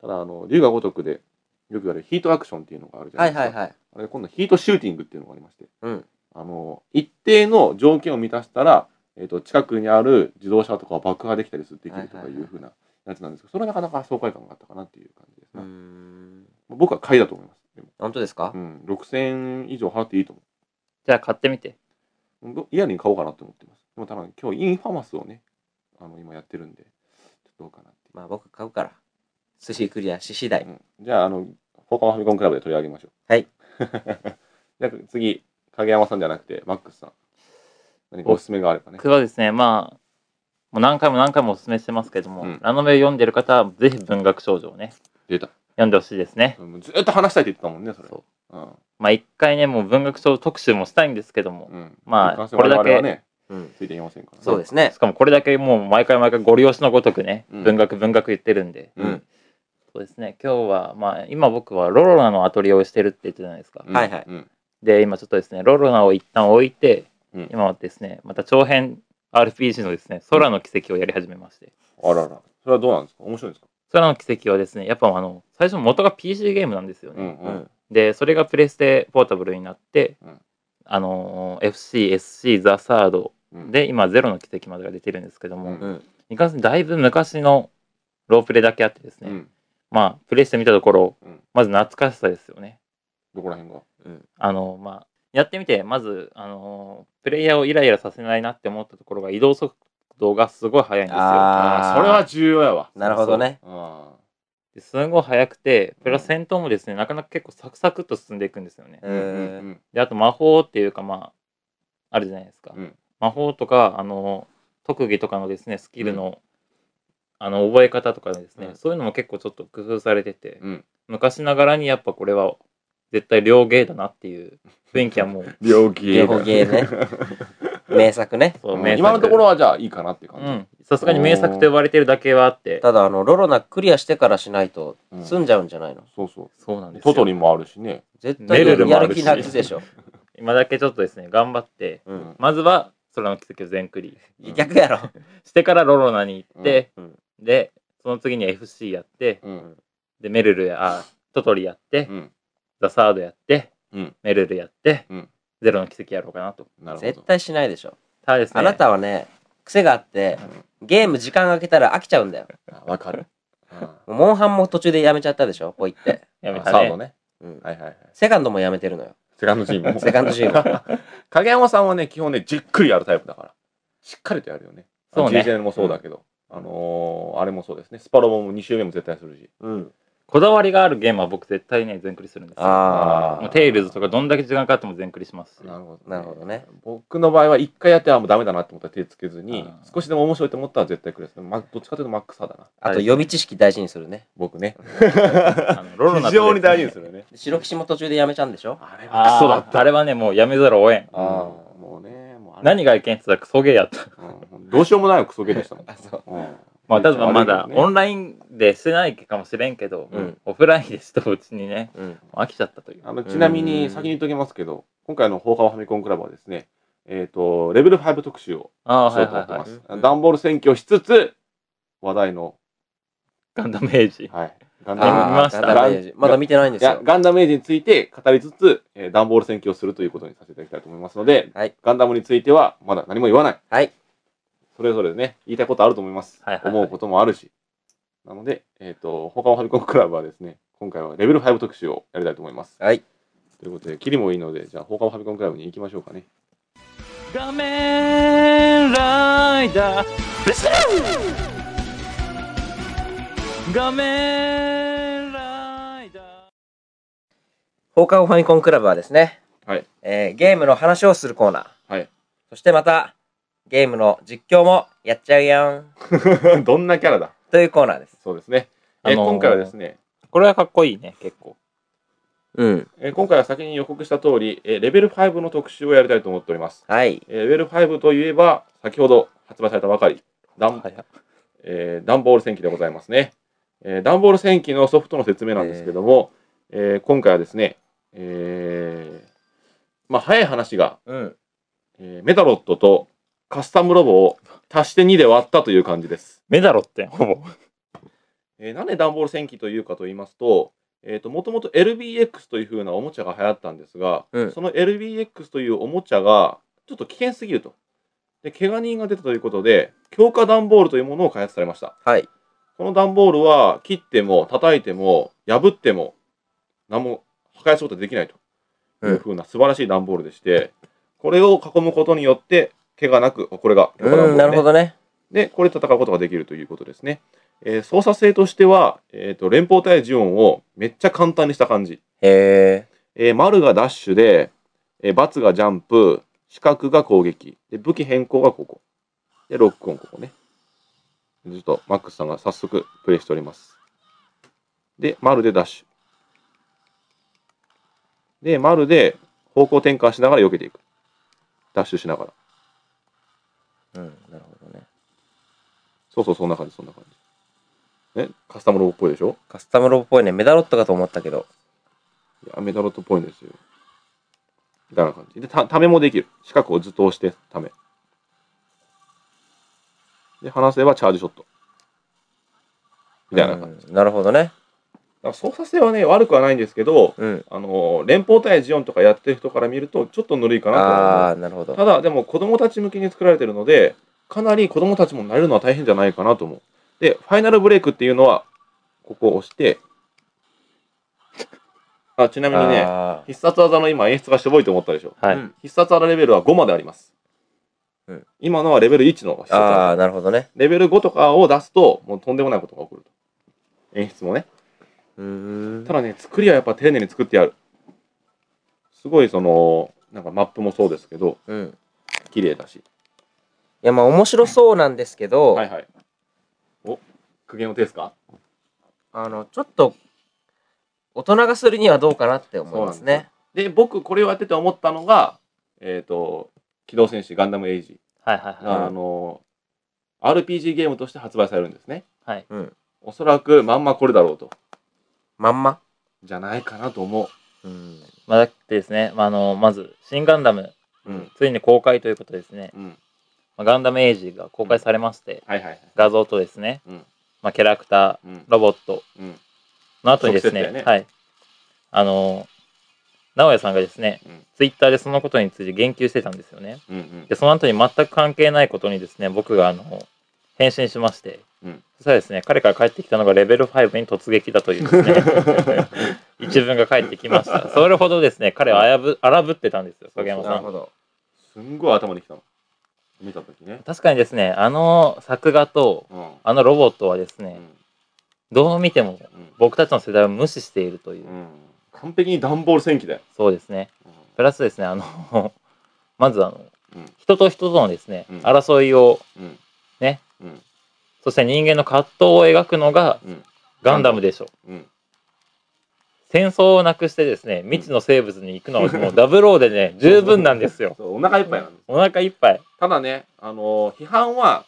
[SPEAKER 1] ただあの龍が如くでよく言われるヒートアクションっていうのがあるじゃな
[SPEAKER 6] はいい
[SPEAKER 1] ですか、
[SPEAKER 6] はいはい。
[SPEAKER 1] あれ今度ヒートシューティングっていうのがありまして、
[SPEAKER 6] うん
[SPEAKER 1] あの一定の条件を満たしたら、えー、と近くにある自動車とかを爆破できたりするできるとか
[SPEAKER 6] はいいはいうはい
[SPEAKER 1] ふうなやつなんですけど、それはなかなか爽快感があったかなっていう感じです
[SPEAKER 6] う
[SPEAKER 1] ね。
[SPEAKER 6] ん。
[SPEAKER 1] 僕は買いだと思います。でも
[SPEAKER 6] 本当ですか、
[SPEAKER 1] うん、6000以上払っていいと
[SPEAKER 4] じゃあ買ってみて。
[SPEAKER 1] 思う。リアルに買おうかなと思ってます。でも多分今日インファマスをね、あの今やってるんで、ちょっとどうかなっていう。
[SPEAKER 6] まあ僕買うから。寿司クリアし次第。
[SPEAKER 1] うんじゃあ、あの、放課後ファミコンクラブで取り上げましょう。
[SPEAKER 6] はい。
[SPEAKER 1] じゃあ次、影山さんじゃなくて、マックスさん。何かおすすめがあればね。
[SPEAKER 4] 僕はですねまあもう何回も何回もお勧めしてますけども、
[SPEAKER 1] うん
[SPEAKER 4] ラノベを読んでる方はぜひ文学少女をね
[SPEAKER 1] 出た。
[SPEAKER 4] 読んでほしいですね
[SPEAKER 1] もうずっと話したいって言ってたもんね、それ。。
[SPEAKER 4] そう
[SPEAKER 1] ん。
[SPEAKER 4] まあ一回ねもう文学少女特集もしたいんですけども、
[SPEAKER 1] うん、
[SPEAKER 4] まあ
[SPEAKER 1] いかんせん
[SPEAKER 4] これだけ
[SPEAKER 1] 我々はね、
[SPEAKER 6] うん。
[SPEAKER 1] ついていけませんから、ね。
[SPEAKER 6] そうですね
[SPEAKER 4] し。かもこれだけもう毎回毎回ご利用しのごとくね、
[SPEAKER 1] うん
[SPEAKER 4] 文学文学言ってるんで、
[SPEAKER 1] うん。
[SPEAKER 4] そうですね今日はまあ今僕はロロナのアトリエをしてるって言ってたじゃないですか、
[SPEAKER 1] うん
[SPEAKER 6] はいはい
[SPEAKER 1] うん。
[SPEAKER 4] で今ちょっとですねロロナを一旦置いて、
[SPEAKER 1] うん
[SPEAKER 4] 今はですねまた長編 RPG のですね空の奇跡をやり始めまして、
[SPEAKER 1] あらら。それはどうなんですか面白いんですか
[SPEAKER 4] 空の奇跡はですねやっぱあの最初元が PC ゲームなんですよね、
[SPEAKER 1] うんうん。
[SPEAKER 4] でそれがプレステポータブルになって、
[SPEAKER 1] うん
[SPEAKER 4] あの FCSC ザ・サード
[SPEAKER 1] うん、
[SPEAKER 4] で今「ゼロの奇跡」までが出てるんですけども、
[SPEAKER 1] うん
[SPEAKER 6] うん。
[SPEAKER 4] いかんせんだいぶ昔のロープレだけあってですね、
[SPEAKER 1] うん、
[SPEAKER 4] まあプレイしてみたところ、
[SPEAKER 1] うん
[SPEAKER 4] まず懐かしさですよね
[SPEAKER 1] どこら辺が
[SPEAKER 4] あのまあやってみてまずあのプレイヤーをイライラさせないなって思ったところが移動速度がすごい速いんですよ
[SPEAKER 6] あー
[SPEAKER 1] それは重要やわ。
[SPEAKER 6] なるほどね。
[SPEAKER 1] あ
[SPEAKER 4] ですごい速くてプラス戦闘もですねなかなか結構サクサクっと進んでいくんですよね、
[SPEAKER 1] ーうんう
[SPEAKER 6] えー
[SPEAKER 1] ん
[SPEAKER 4] であと魔法っていうかまああるじゃないですか、
[SPEAKER 1] うん
[SPEAKER 4] 魔法とかあの特技とかのですねスキルの、あの覚え方とかですね、
[SPEAKER 1] うん
[SPEAKER 4] そういうのも結構ちょっと工夫されてて、
[SPEAKER 1] うん
[SPEAKER 4] 昔ながらにやっぱこれは絶対両芸だなっていう雰囲気はもう
[SPEAKER 1] 病気。
[SPEAKER 6] ゲームゲーね。名作ね。
[SPEAKER 4] そう
[SPEAKER 1] うん
[SPEAKER 4] 名作
[SPEAKER 1] 今のところはじゃあいいかなっていう
[SPEAKER 4] う
[SPEAKER 1] 感じ。
[SPEAKER 4] んさすがに名作と呼ばれてるだけはあって
[SPEAKER 6] ただあの、ロロナクリアしてからしないと
[SPEAKER 1] うん
[SPEAKER 6] 済んじゃうんじゃないの
[SPEAKER 1] そうそ
[SPEAKER 4] そうなん
[SPEAKER 1] う。
[SPEAKER 4] です
[SPEAKER 1] ト
[SPEAKER 4] よ
[SPEAKER 1] トリもあるしね。
[SPEAKER 6] 絶
[SPEAKER 4] メ
[SPEAKER 6] 対
[SPEAKER 4] ルルも
[SPEAKER 6] や
[SPEAKER 4] あ
[SPEAKER 6] る
[SPEAKER 4] るし
[SPEAKER 6] 気なくでしょ。
[SPEAKER 4] 今だけちょっとですね頑張って
[SPEAKER 6] う。。
[SPEAKER 1] うん
[SPEAKER 4] まずは空の奇跡を全クリ
[SPEAKER 1] うん
[SPEAKER 6] 逆やろ。
[SPEAKER 4] してからロロナに行って、
[SPEAKER 6] うん
[SPEAKER 4] でその次に FC やって、
[SPEAKER 1] うん。
[SPEAKER 4] でメルルやあトトリやって、
[SPEAKER 1] うん。
[SPEAKER 4] ザ・サードやって、
[SPEAKER 1] うん
[SPEAKER 4] メルルやって、
[SPEAKER 1] うん
[SPEAKER 4] ゼロの奇跡やろうかなと。
[SPEAKER 1] なるほど。
[SPEAKER 6] 絶対しないでしょ。
[SPEAKER 4] ただですね、
[SPEAKER 6] あなたはね、癖があって、ゲーム時間空けたら飽きちゃうんだよ。
[SPEAKER 1] あわかる。うん
[SPEAKER 6] もうモンハンも途中でやめちゃったでしょ、ポイって。
[SPEAKER 4] やめ
[SPEAKER 1] あサ
[SPEAKER 4] た
[SPEAKER 1] ード
[SPEAKER 4] ね。
[SPEAKER 1] ね。
[SPEAKER 6] うん。
[SPEAKER 1] はいはいはい。
[SPEAKER 6] セカンドもやめてるのよ。
[SPEAKER 1] セカンドチーム。
[SPEAKER 6] セカンドチー
[SPEAKER 1] ム。 影山さんはね、基本ね、じっくりやるタイプだから。しっかりとやるよね。
[SPEAKER 4] そうね
[SPEAKER 1] GJ もそうだけど。あのー、あれもそうですね。スパロボも2周目も絶対するし。
[SPEAKER 6] うん。
[SPEAKER 4] こだわりがあるゲームは僕絶対ね、全クリするんですよ。
[SPEAKER 6] あ
[SPEAKER 4] もうテイルズとかどんだけ時間かかっても全クリしますし。
[SPEAKER 1] なるほど、
[SPEAKER 6] なるほどね。
[SPEAKER 1] 僕の場合は一回やってはもうダメだなって思ったら手つけずに
[SPEAKER 4] あー
[SPEAKER 1] 少しでも面白いと思ったら絶対クリアする、ま、どっちかというとマックス派だな
[SPEAKER 6] あと予備知識大事にするね。
[SPEAKER 1] 僕ね
[SPEAKER 4] あのロロナ
[SPEAKER 1] 非常に大事です
[SPEAKER 4] る。
[SPEAKER 1] よね
[SPEAKER 6] で白騎士も途中でやめちゃうんでしょ
[SPEAKER 1] あれは
[SPEAKER 4] あ
[SPEAKER 1] クソだっ
[SPEAKER 4] ーあれはね、もうやめざるを得ん。
[SPEAKER 1] たあーもうねもうあれ
[SPEAKER 4] 何がいけんって言ったらクソゲーやった。
[SPEAKER 1] うんどうしようもないクソゲーでしたもん、
[SPEAKER 6] あ、そう。
[SPEAKER 1] うん
[SPEAKER 4] まあ、ただま
[SPEAKER 1] あ
[SPEAKER 4] だ
[SPEAKER 1] れね
[SPEAKER 4] オンラインでしてないかもしれんけど、
[SPEAKER 6] うん
[SPEAKER 4] オフラインでしたうちにね、
[SPEAKER 6] うん。
[SPEAKER 4] 飽きちゃったという。
[SPEAKER 1] あのちなみに先に言っときますけど今回の放課後ファミコンクラブはですねえっ、とレベル5特集を
[SPEAKER 4] ああー、
[SPEAKER 1] しよ
[SPEAKER 4] は
[SPEAKER 1] う
[SPEAKER 4] い
[SPEAKER 1] と思ってま
[SPEAKER 4] はいはい。
[SPEAKER 1] す、
[SPEAKER 6] はいはい
[SPEAKER 1] ダンボール選挙しつつ話題の、
[SPEAKER 4] ガンダムエイジ。
[SPEAKER 1] はい、ガンダム
[SPEAKER 4] あー見ました
[SPEAKER 6] ガンダムエイジまだ見てないんで
[SPEAKER 1] い
[SPEAKER 6] す
[SPEAKER 1] や
[SPEAKER 6] よ。
[SPEAKER 1] ガンダムエイジについて語りつつ、えー、段ボール選挙をするということにさせていただきたいと思いますので、
[SPEAKER 6] はい
[SPEAKER 1] ガンダムについてはまだ何も言わない。
[SPEAKER 6] はい。
[SPEAKER 1] それぞれね、言いたいことあると思います。
[SPEAKER 4] はいはいはい
[SPEAKER 1] 思うこともあるし。なので、えっ、と、他のファミコンクラブはですね、今回はレベル5特集をやりたいと思います。
[SPEAKER 6] はい。
[SPEAKER 1] ということで、キリもいいので、じゃあ、他のファミコンクラブに行きましょう かね。
[SPEAKER 4] 画面ライダーレスキュー画面ライダー
[SPEAKER 6] 放課後ファミコンクラブはですね、
[SPEAKER 1] はい。
[SPEAKER 6] えーゲームの話をするコーナー。
[SPEAKER 1] はい。
[SPEAKER 6] そしてまた、ゲームの実況もやっちゃうやん。
[SPEAKER 1] どんなキャラだ
[SPEAKER 6] というコーナーです。
[SPEAKER 1] そうですね。え
[SPEAKER 4] あのー
[SPEAKER 1] 今回はですね、
[SPEAKER 4] これはかっこいいね結構
[SPEAKER 6] うん。
[SPEAKER 1] えー今回は先に予告した通り、えーレベル5の特集をやりたいと思っております。
[SPEAKER 6] はい。
[SPEAKER 1] えー、レベル5といえば、先ほど発売されたばかり、ダン,、
[SPEAKER 4] はいはい
[SPEAKER 1] えーダンボール戦記でございますね。えーダンボール戦記のソフトの説明なんですけども、えー今回はですね、えーまあ、早い話が、
[SPEAKER 6] うん。
[SPEAKER 1] えーメタロットとカスタムロボを足して2で割ったという感じです。
[SPEAKER 4] メダロってほぼ
[SPEAKER 1] えーなんでダンボール戦記というかと言いますと、えーと、もともと LBX というふうなおもちゃが流行ったんですが、
[SPEAKER 6] うん
[SPEAKER 1] その LBX というおもちゃがちょっと危険すぎると。で、怪我人が出たということで、強化段ボールというものを開発されました。
[SPEAKER 6] はい。
[SPEAKER 1] この段ボールは切っても叩いても破っても何も破壊することはできないというふうな素晴らしい段ボールでして、これを囲むことによって怪我なく、これが強化段ボール、
[SPEAKER 6] うん、なるほどね。
[SPEAKER 1] で、これで戦うことができるということですね。えー操作性としては、えーと、連邦対ジオンをめっちゃ簡単にした感じ。
[SPEAKER 6] へえ。
[SPEAKER 1] えー丸がダッシュで、えー×がジャンプ、四角が攻撃。で、武器変更がここ。で、ロックオンここね。ずっとマックスさんが早速プレイしております。で、丸でダッシュ。で、丸で方向転換しながら避けていく。ダッシュしながら。
[SPEAKER 6] うん、なるほどね。
[SPEAKER 1] そうそう、そんな感じ、そんな感じ。ね、カスタムロボっぽいでしょ
[SPEAKER 6] カスタムロボっぽいね。メダロットかと思ったけど。
[SPEAKER 1] いや、メダロットっぽいんですよ。みたいな感じ。で、た、ためもできる。四角をずっと押して、ため。で、話せばチャージショット。みたいな感じ。だ
[SPEAKER 6] うんなるほどね。
[SPEAKER 1] から操作性はね、悪くはないんですけど、
[SPEAKER 6] うん。
[SPEAKER 1] あの、連邦対ジオンとかやってる人から見ると、ちょっとぬるいかなと思
[SPEAKER 6] あ
[SPEAKER 1] う。
[SPEAKER 6] あー、なるほど。
[SPEAKER 1] ただ、でも子供たち向けに作られてるので、かなり子供たちも慣れるのは大変じゃないかなと思う。で、ファイナルブレイクっていうのは、ここを押して、あちなみにね、
[SPEAKER 6] あー
[SPEAKER 1] 必殺技の今演出がしょぼいと思ったでしょ
[SPEAKER 4] はい。
[SPEAKER 6] うん
[SPEAKER 1] 必殺技レベルは5まであります、
[SPEAKER 6] うん
[SPEAKER 1] 今のはレベル1の必殺
[SPEAKER 6] あ
[SPEAKER 1] 技
[SPEAKER 6] ー、なるほどね。
[SPEAKER 1] レベル5とかを出すともうとんでもないことが起こると演出もね
[SPEAKER 6] うーん
[SPEAKER 1] た。だね作りはやっぱ丁寧に作ってやるすごいそのなんかマップもそうですけど
[SPEAKER 6] うん。い
[SPEAKER 1] 綺麗だし
[SPEAKER 6] や、まあ面白そうなんですけど、
[SPEAKER 1] はいはいお苦言を呈すか
[SPEAKER 6] あの、ちょっと、大人がするにはどうかなって思いますね。
[SPEAKER 1] で僕これをやってて思ったのがえっ、と「機動戦士ガンダムエイジ
[SPEAKER 4] はいはい
[SPEAKER 1] が」
[SPEAKER 4] は
[SPEAKER 1] あの RPG ゲームとして発売されるんですね
[SPEAKER 6] うん。
[SPEAKER 1] おそらくまんまこれだろうと
[SPEAKER 6] まんま。
[SPEAKER 1] じゃないかなと思
[SPEAKER 6] うん。
[SPEAKER 4] い。まあ、だってですね、まあ、あの、まず、新ガンダム、
[SPEAKER 1] う。うん。
[SPEAKER 4] ついに公開ということですね。
[SPEAKER 1] うん。
[SPEAKER 4] まあ、ガンダムエイジが公開されまして、
[SPEAKER 1] はいはいはい。
[SPEAKER 4] 画像とですね、
[SPEAKER 1] うん
[SPEAKER 4] まあ、キャラクタ
[SPEAKER 1] う
[SPEAKER 4] ー、
[SPEAKER 1] ん。
[SPEAKER 4] ロボット
[SPEAKER 1] うん。
[SPEAKER 4] の後にです
[SPEAKER 1] 即
[SPEAKER 4] ね、
[SPEAKER 1] 席だよね
[SPEAKER 4] はい。あの、直哉さんがですね、
[SPEAKER 1] うん
[SPEAKER 4] ツイッターでそのことについて言及してたんですよね。
[SPEAKER 1] うんうん
[SPEAKER 4] で、その後に全く関係ないことにですね、僕があの、返信しまして、
[SPEAKER 1] うん
[SPEAKER 4] そしたらですね、彼から帰ってきたのがレベル5に突撃だというです ね、一文が返ってきました。それほどですね、彼は荒ぶ荒ぶってたんですよ、影山
[SPEAKER 6] な
[SPEAKER 4] さ
[SPEAKER 6] る
[SPEAKER 4] ん
[SPEAKER 6] ほ。ど。
[SPEAKER 1] すんごい頭にきたの。見たときね。
[SPEAKER 4] 確かにですね、あの作画と、
[SPEAKER 1] うん。うん
[SPEAKER 4] あのロボットはですね、どう見ても
[SPEAKER 1] うん
[SPEAKER 4] 僕たちの世代を無視しているという、
[SPEAKER 1] うん。完璧に段ボール戦記だよ。
[SPEAKER 4] そうですね。プラスですね、あの、 まずあの、
[SPEAKER 1] うん
[SPEAKER 4] 人と人とのですね、
[SPEAKER 1] うん
[SPEAKER 4] 争いを、
[SPEAKER 1] うん。
[SPEAKER 4] ね。
[SPEAKER 1] うん。
[SPEAKER 4] そして人間の葛藤を描くのが
[SPEAKER 1] うん
[SPEAKER 4] ガンダムでしょ。
[SPEAKER 1] うん。
[SPEAKER 4] 戦争をなくしてですね、未知の生物に行くのはもうダブローで ね、十分なんですよ。
[SPEAKER 1] そうお腹いっぱいなんです。
[SPEAKER 4] お腹いっぱい
[SPEAKER 1] ただね、あのー、批判は、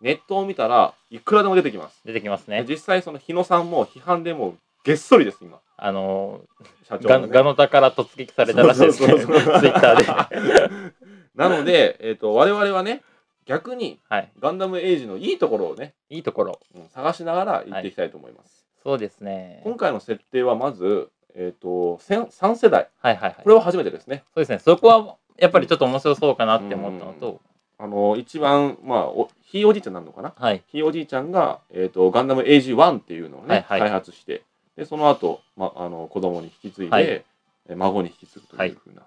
[SPEAKER 1] ネットを見たらいくらでも出てきます。
[SPEAKER 4] 出てきます
[SPEAKER 1] で
[SPEAKER 4] ね。
[SPEAKER 1] 実際、その日野さんも批判でもうげっそりです、今。
[SPEAKER 4] あの、
[SPEAKER 1] 社長
[SPEAKER 4] ガ
[SPEAKER 1] ね
[SPEAKER 4] ガノタから突撃されたらしいですね、
[SPEAKER 1] そ
[SPEAKER 4] ツ
[SPEAKER 1] うそう
[SPEAKER 4] イ
[SPEAKER 1] そうそう
[SPEAKER 4] ッターで。
[SPEAKER 1] なので、えっと、我々はね、逆に、
[SPEAKER 4] はい。
[SPEAKER 1] ガンダムエイジのいいところをね、
[SPEAKER 4] いいところ。
[SPEAKER 1] うん探しながら行っていきたいと思います。
[SPEAKER 4] そうですね。
[SPEAKER 1] 今回の設定はまず、えー、と3世代
[SPEAKER 4] はいはいはい。
[SPEAKER 1] これは初めてですね、
[SPEAKER 4] そうですね。そこは、やっぱりちょっと面白そうかなって思ったのと、
[SPEAKER 1] あの一番、まあ、おひいおじいちゃんなのかな
[SPEAKER 4] はい。
[SPEAKER 1] ひいおじいちゃんが、えー、とガンダム AG1 っていうのをね、
[SPEAKER 4] はいは
[SPEAKER 1] 開
[SPEAKER 4] い
[SPEAKER 1] 発してでその後、まあの子供に引き継いで、
[SPEAKER 4] はい
[SPEAKER 1] え孫に引き継ぐと
[SPEAKER 4] はいいう
[SPEAKER 1] ふうな、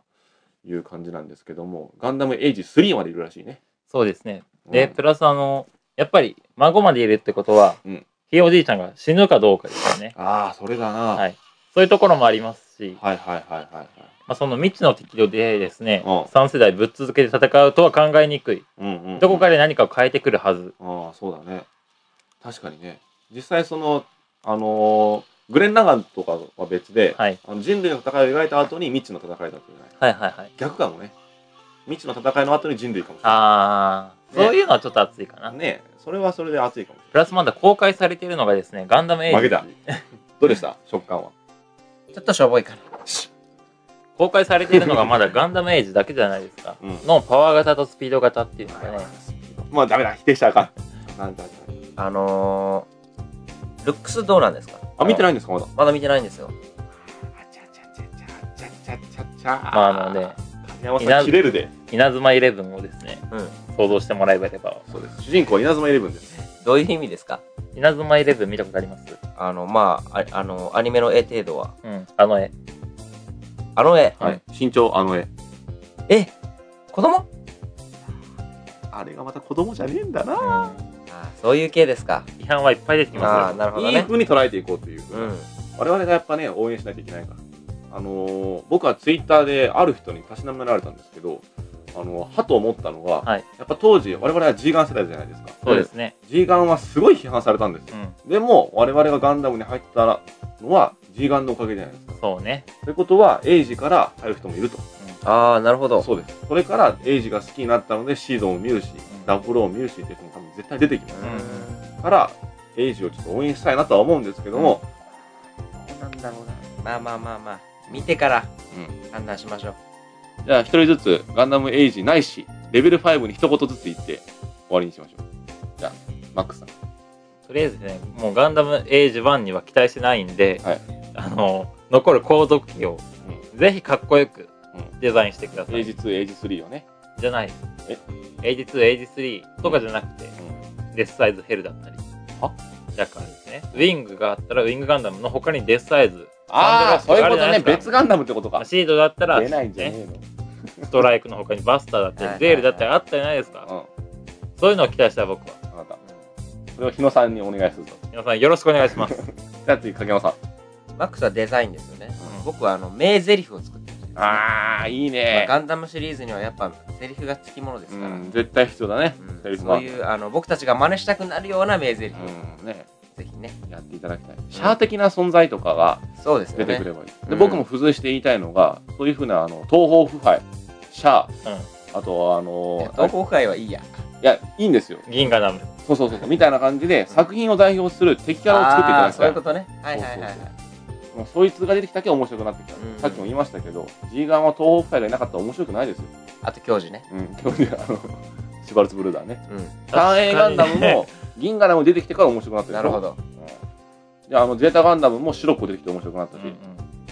[SPEAKER 1] い、う感じなんですけどもガンダム AG3 までいるらしいね。
[SPEAKER 4] そうですね。で、
[SPEAKER 1] うん
[SPEAKER 4] プラスあの、やっぱり孫までいるってことは、
[SPEAKER 1] うん
[SPEAKER 4] ひいおじいちゃんが死ぬかどうかですよね。
[SPEAKER 1] ああそれだな、は、
[SPEAKER 4] はいい。そういうところもありますし、
[SPEAKER 1] はいはいはいはい
[SPEAKER 4] まあ、その未知の敵でですね、
[SPEAKER 1] うん
[SPEAKER 4] 3世代ぶっ続けて戦うとは考えにくい。
[SPEAKER 1] うんうんうん
[SPEAKER 4] どこかで何かを変えてくるはず。
[SPEAKER 1] ああそうだね確かにね実際そのあのーグレン・ラガンとかは別で、
[SPEAKER 4] はい。
[SPEAKER 1] あの人類の戦いを描いた後に未知の戦いだというね
[SPEAKER 4] はいはいはい。
[SPEAKER 1] 逆かもね未知の戦いの後に人類かもしれな
[SPEAKER 4] あー、
[SPEAKER 1] ね
[SPEAKER 4] そういうのはちょっと熱いかな。
[SPEAKER 1] いねえそれはそれで熱いかもし
[SPEAKER 4] プラスまだ公開されているのがですね、ガンダムエ
[SPEAKER 1] れ
[SPEAKER 4] イジ。
[SPEAKER 1] ない負けた どうでした食感は
[SPEAKER 6] ちょっとしょぼいかな。
[SPEAKER 4] 公開されているのがまだガンダムエイジだけじゃないですか。
[SPEAKER 1] うん
[SPEAKER 4] のパワー型とスピード型っていうのがね、
[SPEAKER 1] まあダメだ否定したらあかんなんだ
[SPEAKER 6] あのー、ルックスどうなんですか
[SPEAKER 1] あ見てないんですかまだ
[SPEAKER 6] まだ見てないんですよ。
[SPEAKER 1] チャチャチャチャチャチャチャチャま
[SPEAKER 4] まああのね、
[SPEAKER 1] 影山さん切れるで
[SPEAKER 4] 稲妻イレブンをですね、
[SPEAKER 6] うん
[SPEAKER 4] 想像してもらえれば。
[SPEAKER 1] そうです主人公は稲妻イレブンです
[SPEAKER 6] どういう意味ですか
[SPEAKER 4] 稲妻イレブン見たことあります
[SPEAKER 6] あの、まあ、ああの、アニメの絵程度は。
[SPEAKER 4] うん。あの絵。
[SPEAKER 6] あの絵、
[SPEAKER 1] はい身長あの絵
[SPEAKER 6] え子供
[SPEAKER 1] あれがまた子供じゃねえんだな
[SPEAKER 4] うん
[SPEAKER 6] あーそういう系ですか。
[SPEAKER 4] 違反はいっぱい出てき
[SPEAKER 6] あ
[SPEAKER 4] ます
[SPEAKER 6] あ、
[SPEAKER 4] よ
[SPEAKER 6] なるほど
[SPEAKER 1] いい
[SPEAKER 6] ね。
[SPEAKER 1] 風に捉えていこうという。
[SPEAKER 6] うん。
[SPEAKER 1] 我々がやっぱね、応援しないといけないから。あのー僕はツイッターである人にたしなめられたんですけど、あのーはと思ったのは、
[SPEAKER 4] はい
[SPEAKER 1] やっぱ当時、我々は G ガン世代じゃないですか。
[SPEAKER 4] そうですね
[SPEAKER 1] G ガンはすごい批判されたんです
[SPEAKER 4] う
[SPEAKER 1] よ。
[SPEAKER 4] ん
[SPEAKER 1] でも、我々がガンダムに入ったのは G ガンのおかげじゃないですか。
[SPEAKER 4] そうね
[SPEAKER 1] ということは、エイジから入る人もいると。
[SPEAKER 6] ああ、なるほど。
[SPEAKER 1] そうです。それから、エイジが好きになったので、シードンを見るし、
[SPEAKER 4] ん
[SPEAKER 1] ダブルを見るしっていう人も多分絶対出てきます。
[SPEAKER 6] うん
[SPEAKER 1] から、エイジをちょっと応援したいなとは思うんですけども、
[SPEAKER 6] どうなんだろうな。まあまあまあまあ。見てから
[SPEAKER 1] う
[SPEAKER 6] 判断しましょう。
[SPEAKER 1] じゃあ一人ずつガンダムエイジないし、レベル5に一言ずつ言って終わりにしましょう。じゃあ、マックさん。
[SPEAKER 4] とりあえずねもうガンダムエイジ1には期待してないんで、
[SPEAKER 1] はい
[SPEAKER 4] あの残る航続機をぜひかっこよくデザインしてください、
[SPEAKER 1] エイジ2、エイジ3をね。
[SPEAKER 4] じゃない
[SPEAKER 1] え
[SPEAKER 4] エイジ2エイジ3とかじゃなくて、デスサイズヘルだったり
[SPEAKER 1] あ
[SPEAKER 4] ジャッカーですねウィングがあったらウィングガンダムの他にデスサイズ
[SPEAKER 1] ああ、そういうことね。
[SPEAKER 4] サンドラップがあるじ
[SPEAKER 1] 別
[SPEAKER 4] ゃ
[SPEAKER 1] ガンダムってことか。
[SPEAKER 4] シードだったら、
[SPEAKER 1] 出ないんじゃねえ
[SPEAKER 4] ね
[SPEAKER 1] の。
[SPEAKER 4] ストライクの他にバスターだった
[SPEAKER 6] は
[SPEAKER 4] り
[SPEAKER 6] い
[SPEAKER 4] デールだったりあったじゃないですか、
[SPEAKER 1] うん、わ
[SPEAKER 4] そういうのを期待した僕は
[SPEAKER 1] かった。それを日野さんにお願いすると。
[SPEAKER 4] 皆さんよろしくお願いします
[SPEAKER 1] じゃあ次、影山さん。
[SPEAKER 6] マックスはデザインですよね。
[SPEAKER 4] うん
[SPEAKER 6] 僕はあの、名台詞を作ってほしいですね。
[SPEAKER 1] ああ、いい
[SPEAKER 6] まあ
[SPEAKER 1] ね。
[SPEAKER 6] ガンダムシリーズにはやっぱセリフがつきものです
[SPEAKER 1] う
[SPEAKER 6] から。
[SPEAKER 1] ん、絶対必要だね。
[SPEAKER 6] うん
[SPEAKER 1] セリフも
[SPEAKER 6] そ
[SPEAKER 1] あ
[SPEAKER 6] う
[SPEAKER 1] る
[SPEAKER 6] いうあの僕たちが真似したくなるような名台詞を
[SPEAKER 1] うん、ね。
[SPEAKER 6] ぜひね
[SPEAKER 1] やっていただきたい。シャア的な存在とかが
[SPEAKER 6] そうですよ
[SPEAKER 1] 出
[SPEAKER 6] ね
[SPEAKER 1] てくればいい。で、
[SPEAKER 6] うん
[SPEAKER 1] 僕も付随して言いたいのが、そういうふうな、あの、東方腐敗、シャア、あとは、あ
[SPEAKER 6] い
[SPEAKER 1] の
[SPEAKER 6] や東方会はいいや
[SPEAKER 1] いや、いいんですよ。
[SPEAKER 4] 銀河ダム
[SPEAKER 1] そうそうそうそう。みたいな感じで、作品を代表する敵キャラを作っていた
[SPEAKER 6] あ
[SPEAKER 1] だ
[SPEAKER 6] あ
[SPEAKER 1] き
[SPEAKER 6] そう
[SPEAKER 1] た
[SPEAKER 6] い。
[SPEAKER 1] いう
[SPEAKER 6] ことねはいはいはいはい
[SPEAKER 1] そうもうそいつが出てきただけ面白くなってきた。
[SPEAKER 6] うん
[SPEAKER 1] さっきも言いましたけど、G ガンは東北海がいなかったら面白くないですよ。
[SPEAKER 6] あと教授ね
[SPEAKER 1] うん、今日ね、あの、シュバルツブルーダーね。
[SPEAKER 6] う
[SPEAKER 1] 単影ガンダム
[SPEAKER 4] 確かに
[SPEAKER 1] も、銀ガンダム出てきてから面白くなった
[SPEAKER 6] ん
[SPEAKER 1] でし
[SPEAKER 6] な
[SPEAKER 1] ょ
[SPEAKER 6] るほ。ど
[SPEAKER 1] うんで、あの、ゼータガンダムも白く出てきて面白くなったし
[SPEAKER 4] うんう、ん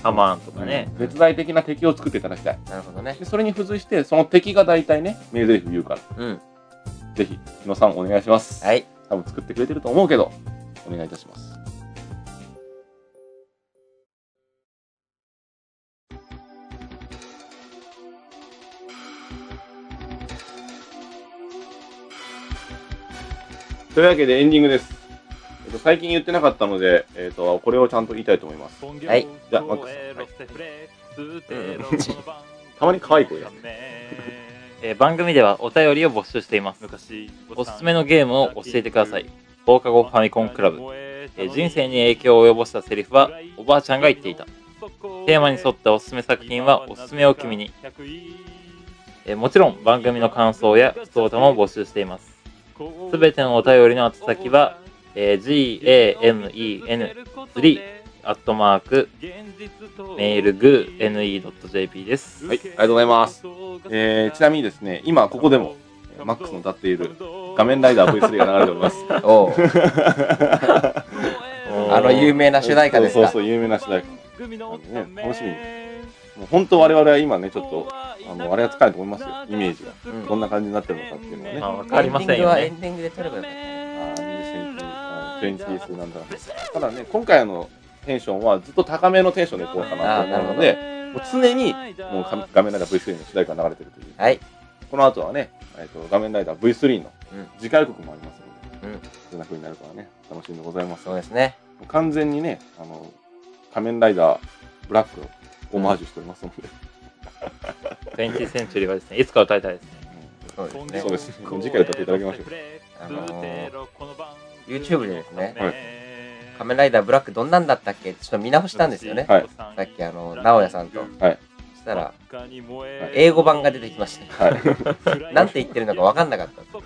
[SPEAKER 4] ハマーンとかね、
[SPEAKER 1] 絶大的な敵を作っていただきたい。
[SPEAKER 6] なるほどね
[SPEAKER 1] で、それに付随して、その敵が大体ね、名台詞言うから、
[SPEAKER 6] うん
[SPEAKER 1] ぜひ、日野さんお願いします。
[SPEAKER 6] はい
[SPEAKER 1] 多分作ってくれてると思うけど、お願いいたします。というわけでエンディングです。えっと、最近言ってなかったので、えっと、これをちゃんと言いたいと思います。
[SPEAKER 6] はい
[SPEAKER 1] じゃあマック
[SPEAKER 6] ス
[SPEAKER 1] たまに可愛い子やる
[SPEAKER 4] えー番組ではお便りを募集していますおすすめのゲームを教えてください放課後ファミコンクラブ、えー人生に影響を及ぼしたセリフはおばあちゃんが言っていたテーマに沿ったおすすめ作品はおすすめを君に、えーもちろん番組の感想や普通歌も募集していますすべてのお便りの宛先は、えー gamen3 アットマークメールグー ne.jp です
[SPEAKER 1] はい、ありがとうございます。えー、ちなみにですね、今ここでも、えーマックスの歌っている仮面ライダー V3 が流れております。
[SPEAKER 6] おう
[SPEAKER 4] おー
[SPEAKER 6] あの有名な主題歌です
[SPEAKER 1] そう
[SPEAKER 6] か
[SPEAKER 1] そう、有名な主題歌。なんでね、楽しみに。もう本当我々は今ね、ちょっと、あの、あれがつかないと思いますよ、イメージが。
[SPEAKER 6] うん
[SPEAKER 1] どんな感じになってるのかっていうのはね。
[SPEAKER 4] まあわかりませんよ
[SPEAKER 6] エ
[SPEAKER 4] ね
[SPEAKER 6] ンディングはエンディングで撮ればよかっ
[SPEAKER 1] ああ、20センチ、あの20センチなんだろう。ただね、今回のテンションはずっと高めのテンションでいこうかなと思うので、もう常に、もうか画面ライダー V3 の主題歌が流れてるという。
[SPEAKER 6] たはい
[SPEAKER 1] この後はね、えっと画面ライダー V3 の
[SPEAKER 6] うん
[SPEAKER 1] 次回曲もありますので、
[SPEAKER 6] うん
[SPEAKER 1] どんな風になるかはね、楽しみでございます。
[SPEAKER 6] そうですね
[SPEAKER 1] もう完全にね、あの、仮面ライダーブラックをオマージュしておりますので、
[SPEAKER 4] 20センチュリーはですねいつか歌いたいですね
[SPEAKER 6] そうですね
[SPEAKER 1] そうですね。もう次回歌っていただきましょう。
[SPEAKER 6] あのー YouTube でですね「仮面ライ
[SPEAKER 7] イ
[SPEAKER 6] ダーブラックどんなんだったっけ?」ちょっと見直したんですよね
[SPEAKER 1] はい
[SPEAKER 6] さっきあの直哉さんと
[SPEAKER 1] はい
[SPEAKER 6] そしたら英
[SPEAKER 7] 英
[SPEAKER 6] 語
[SPEAKER 7] 語
[SPEAKER 6] 版が
[SPEAKER 7] 版が
[SPEAKER 6] 出
[SPEAKER 7] 出
[SPEAKER 6] て
[SPEAKER 7] て
[SPEAKER 6] きま
[SPEAKER 7] きま
[SPEAKER 6] し
[SPEAKER 7] したた
[SPEAKER 1] はい。
[SPEAKER 7] な
[SPEAKER 6] なん
[SPEAKER 7] ん
[SPEAKER 6] て言
[SPEAKER 7] て言
[SPEAKER 6] っ
[SPEAKER 7] ってて
[SPEAKER 6] る
[SPEAKER 7] る
[SPEAKER 6] のか分
[SPEAKER 7] のかわ
[SPEAKER 6] か
[SPEAKER 7] か
[SPEAKER 6] ん
[SPEAKER 7] ん
[SPEAKER 6] な
[SPEAKER 7] な
[SPEAKER 6] かっ
[SPEAKER 7] かった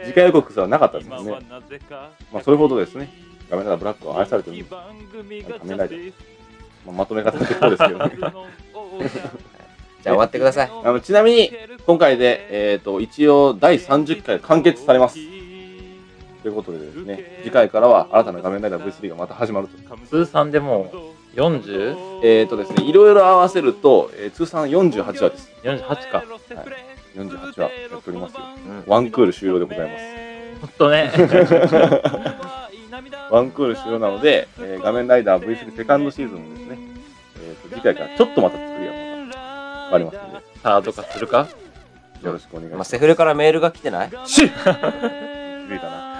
[SPEAKER 7] た
[SPEAKER 1] 次回予告はなかったです
[SPEAKER 7] 今
[SPEAKER 1] ね
[SPEAKER 7] は。なぜか
[SPEAKER 1] まあ、それほどですね、画面ライダーブラックは愛されてる、
[SPEAKER 7] 番組
[SPEAKER 1] が
[SPEAKER 7] が
[SPEAKER 1] 仮面ライダーまあ、まとめ方のところですけどね。
[SPEAKER 6] じゃあ終わってください
[SPEAKER 1] あのちなみに、今回で、えっ、と、一応、第30回完結されます。ということでですね、次回からは新たな画面ライダー V3 がまた始まると。
[SPEAKER 4] 通算でもう4048
[SPEAKER 1] えっ、とですね、いろいろ合わせると、えー通算48話です。
[SPEAKER 4] か
[SPEAKER 1] 48話やっておりますよ。
[SPEAKER 6] うん
[SPEAKER 1] ワンクール終了でございます。
[SPEAKER 4] ほんとね
[SPEAKER 1] ワンクール終了なので、えー画面ライダー V3 セカンドシーズンもですね、えーと次回からちょっとまた作りがまた変わります の
[SPEAKER 4] サード化するか
[SPEAKER 1] で、よろしくお願いし
[SPEAKER 6] まあ
[SPEAKER 1] ます。
[SPEAKER 6] セフレからメールが来てない
[SPEAKER 1] し無理だな。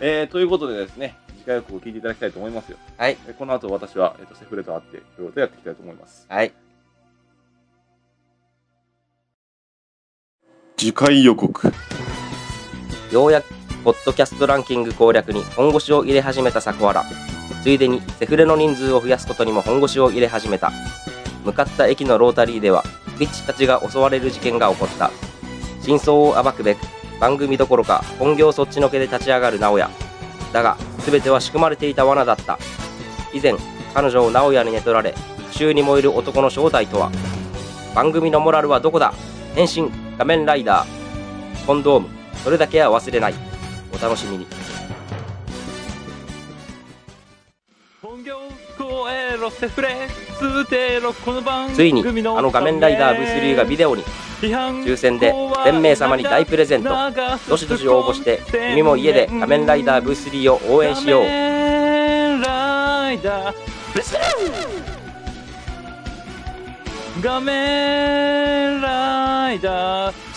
[SPEAKER 1] えーということでですね、次回予告を聞いていただきたいと思いますよ。
[SPEAKER 6] はい。
[SPEAKER 1] えーこの後私は、えーとセフレと会って、いろいろとやっていきたいと思います。
[SPEAKER 6] はい。
[SPEAKER 8] 次回予告
[SPEAKER 6] ようやく、ポッドキャストランキング攻略に本腰を入れ始めた作原。ついでに、セフレの人数を増やすことにも本腰を入れ始めた。向かった駅のロータリーでは、ビッチたちが襲われる事件が起こった。真相を暴くべく、番組どころか本業そっちのけで立ち上がる直哉。だが、全ては仕組まれていた罠だった。以前、彼女を直哉に寝取られ、復讐に燃える男の正体とは番組のモラルはどこだ変身仮面ライダーコンドームそれだけは忘れないお楽しみに
[SPEAKER 7] 本業超えろセフレつてろこの番
[SPEAKER 6] ついに
[SPEAKER 7] 組の
[SPEAKER 6] あの仮面ライダーブース・リーがビデオに
[SPEAKER 7] 批判
[SPEAKER 6] 抽選で全名様に大プレゼントどしどし応募して君も家で仮面ライダーブース・リーを応援しよう
[SPEAKER 7] 仮面ライダーブースリー画面ライダー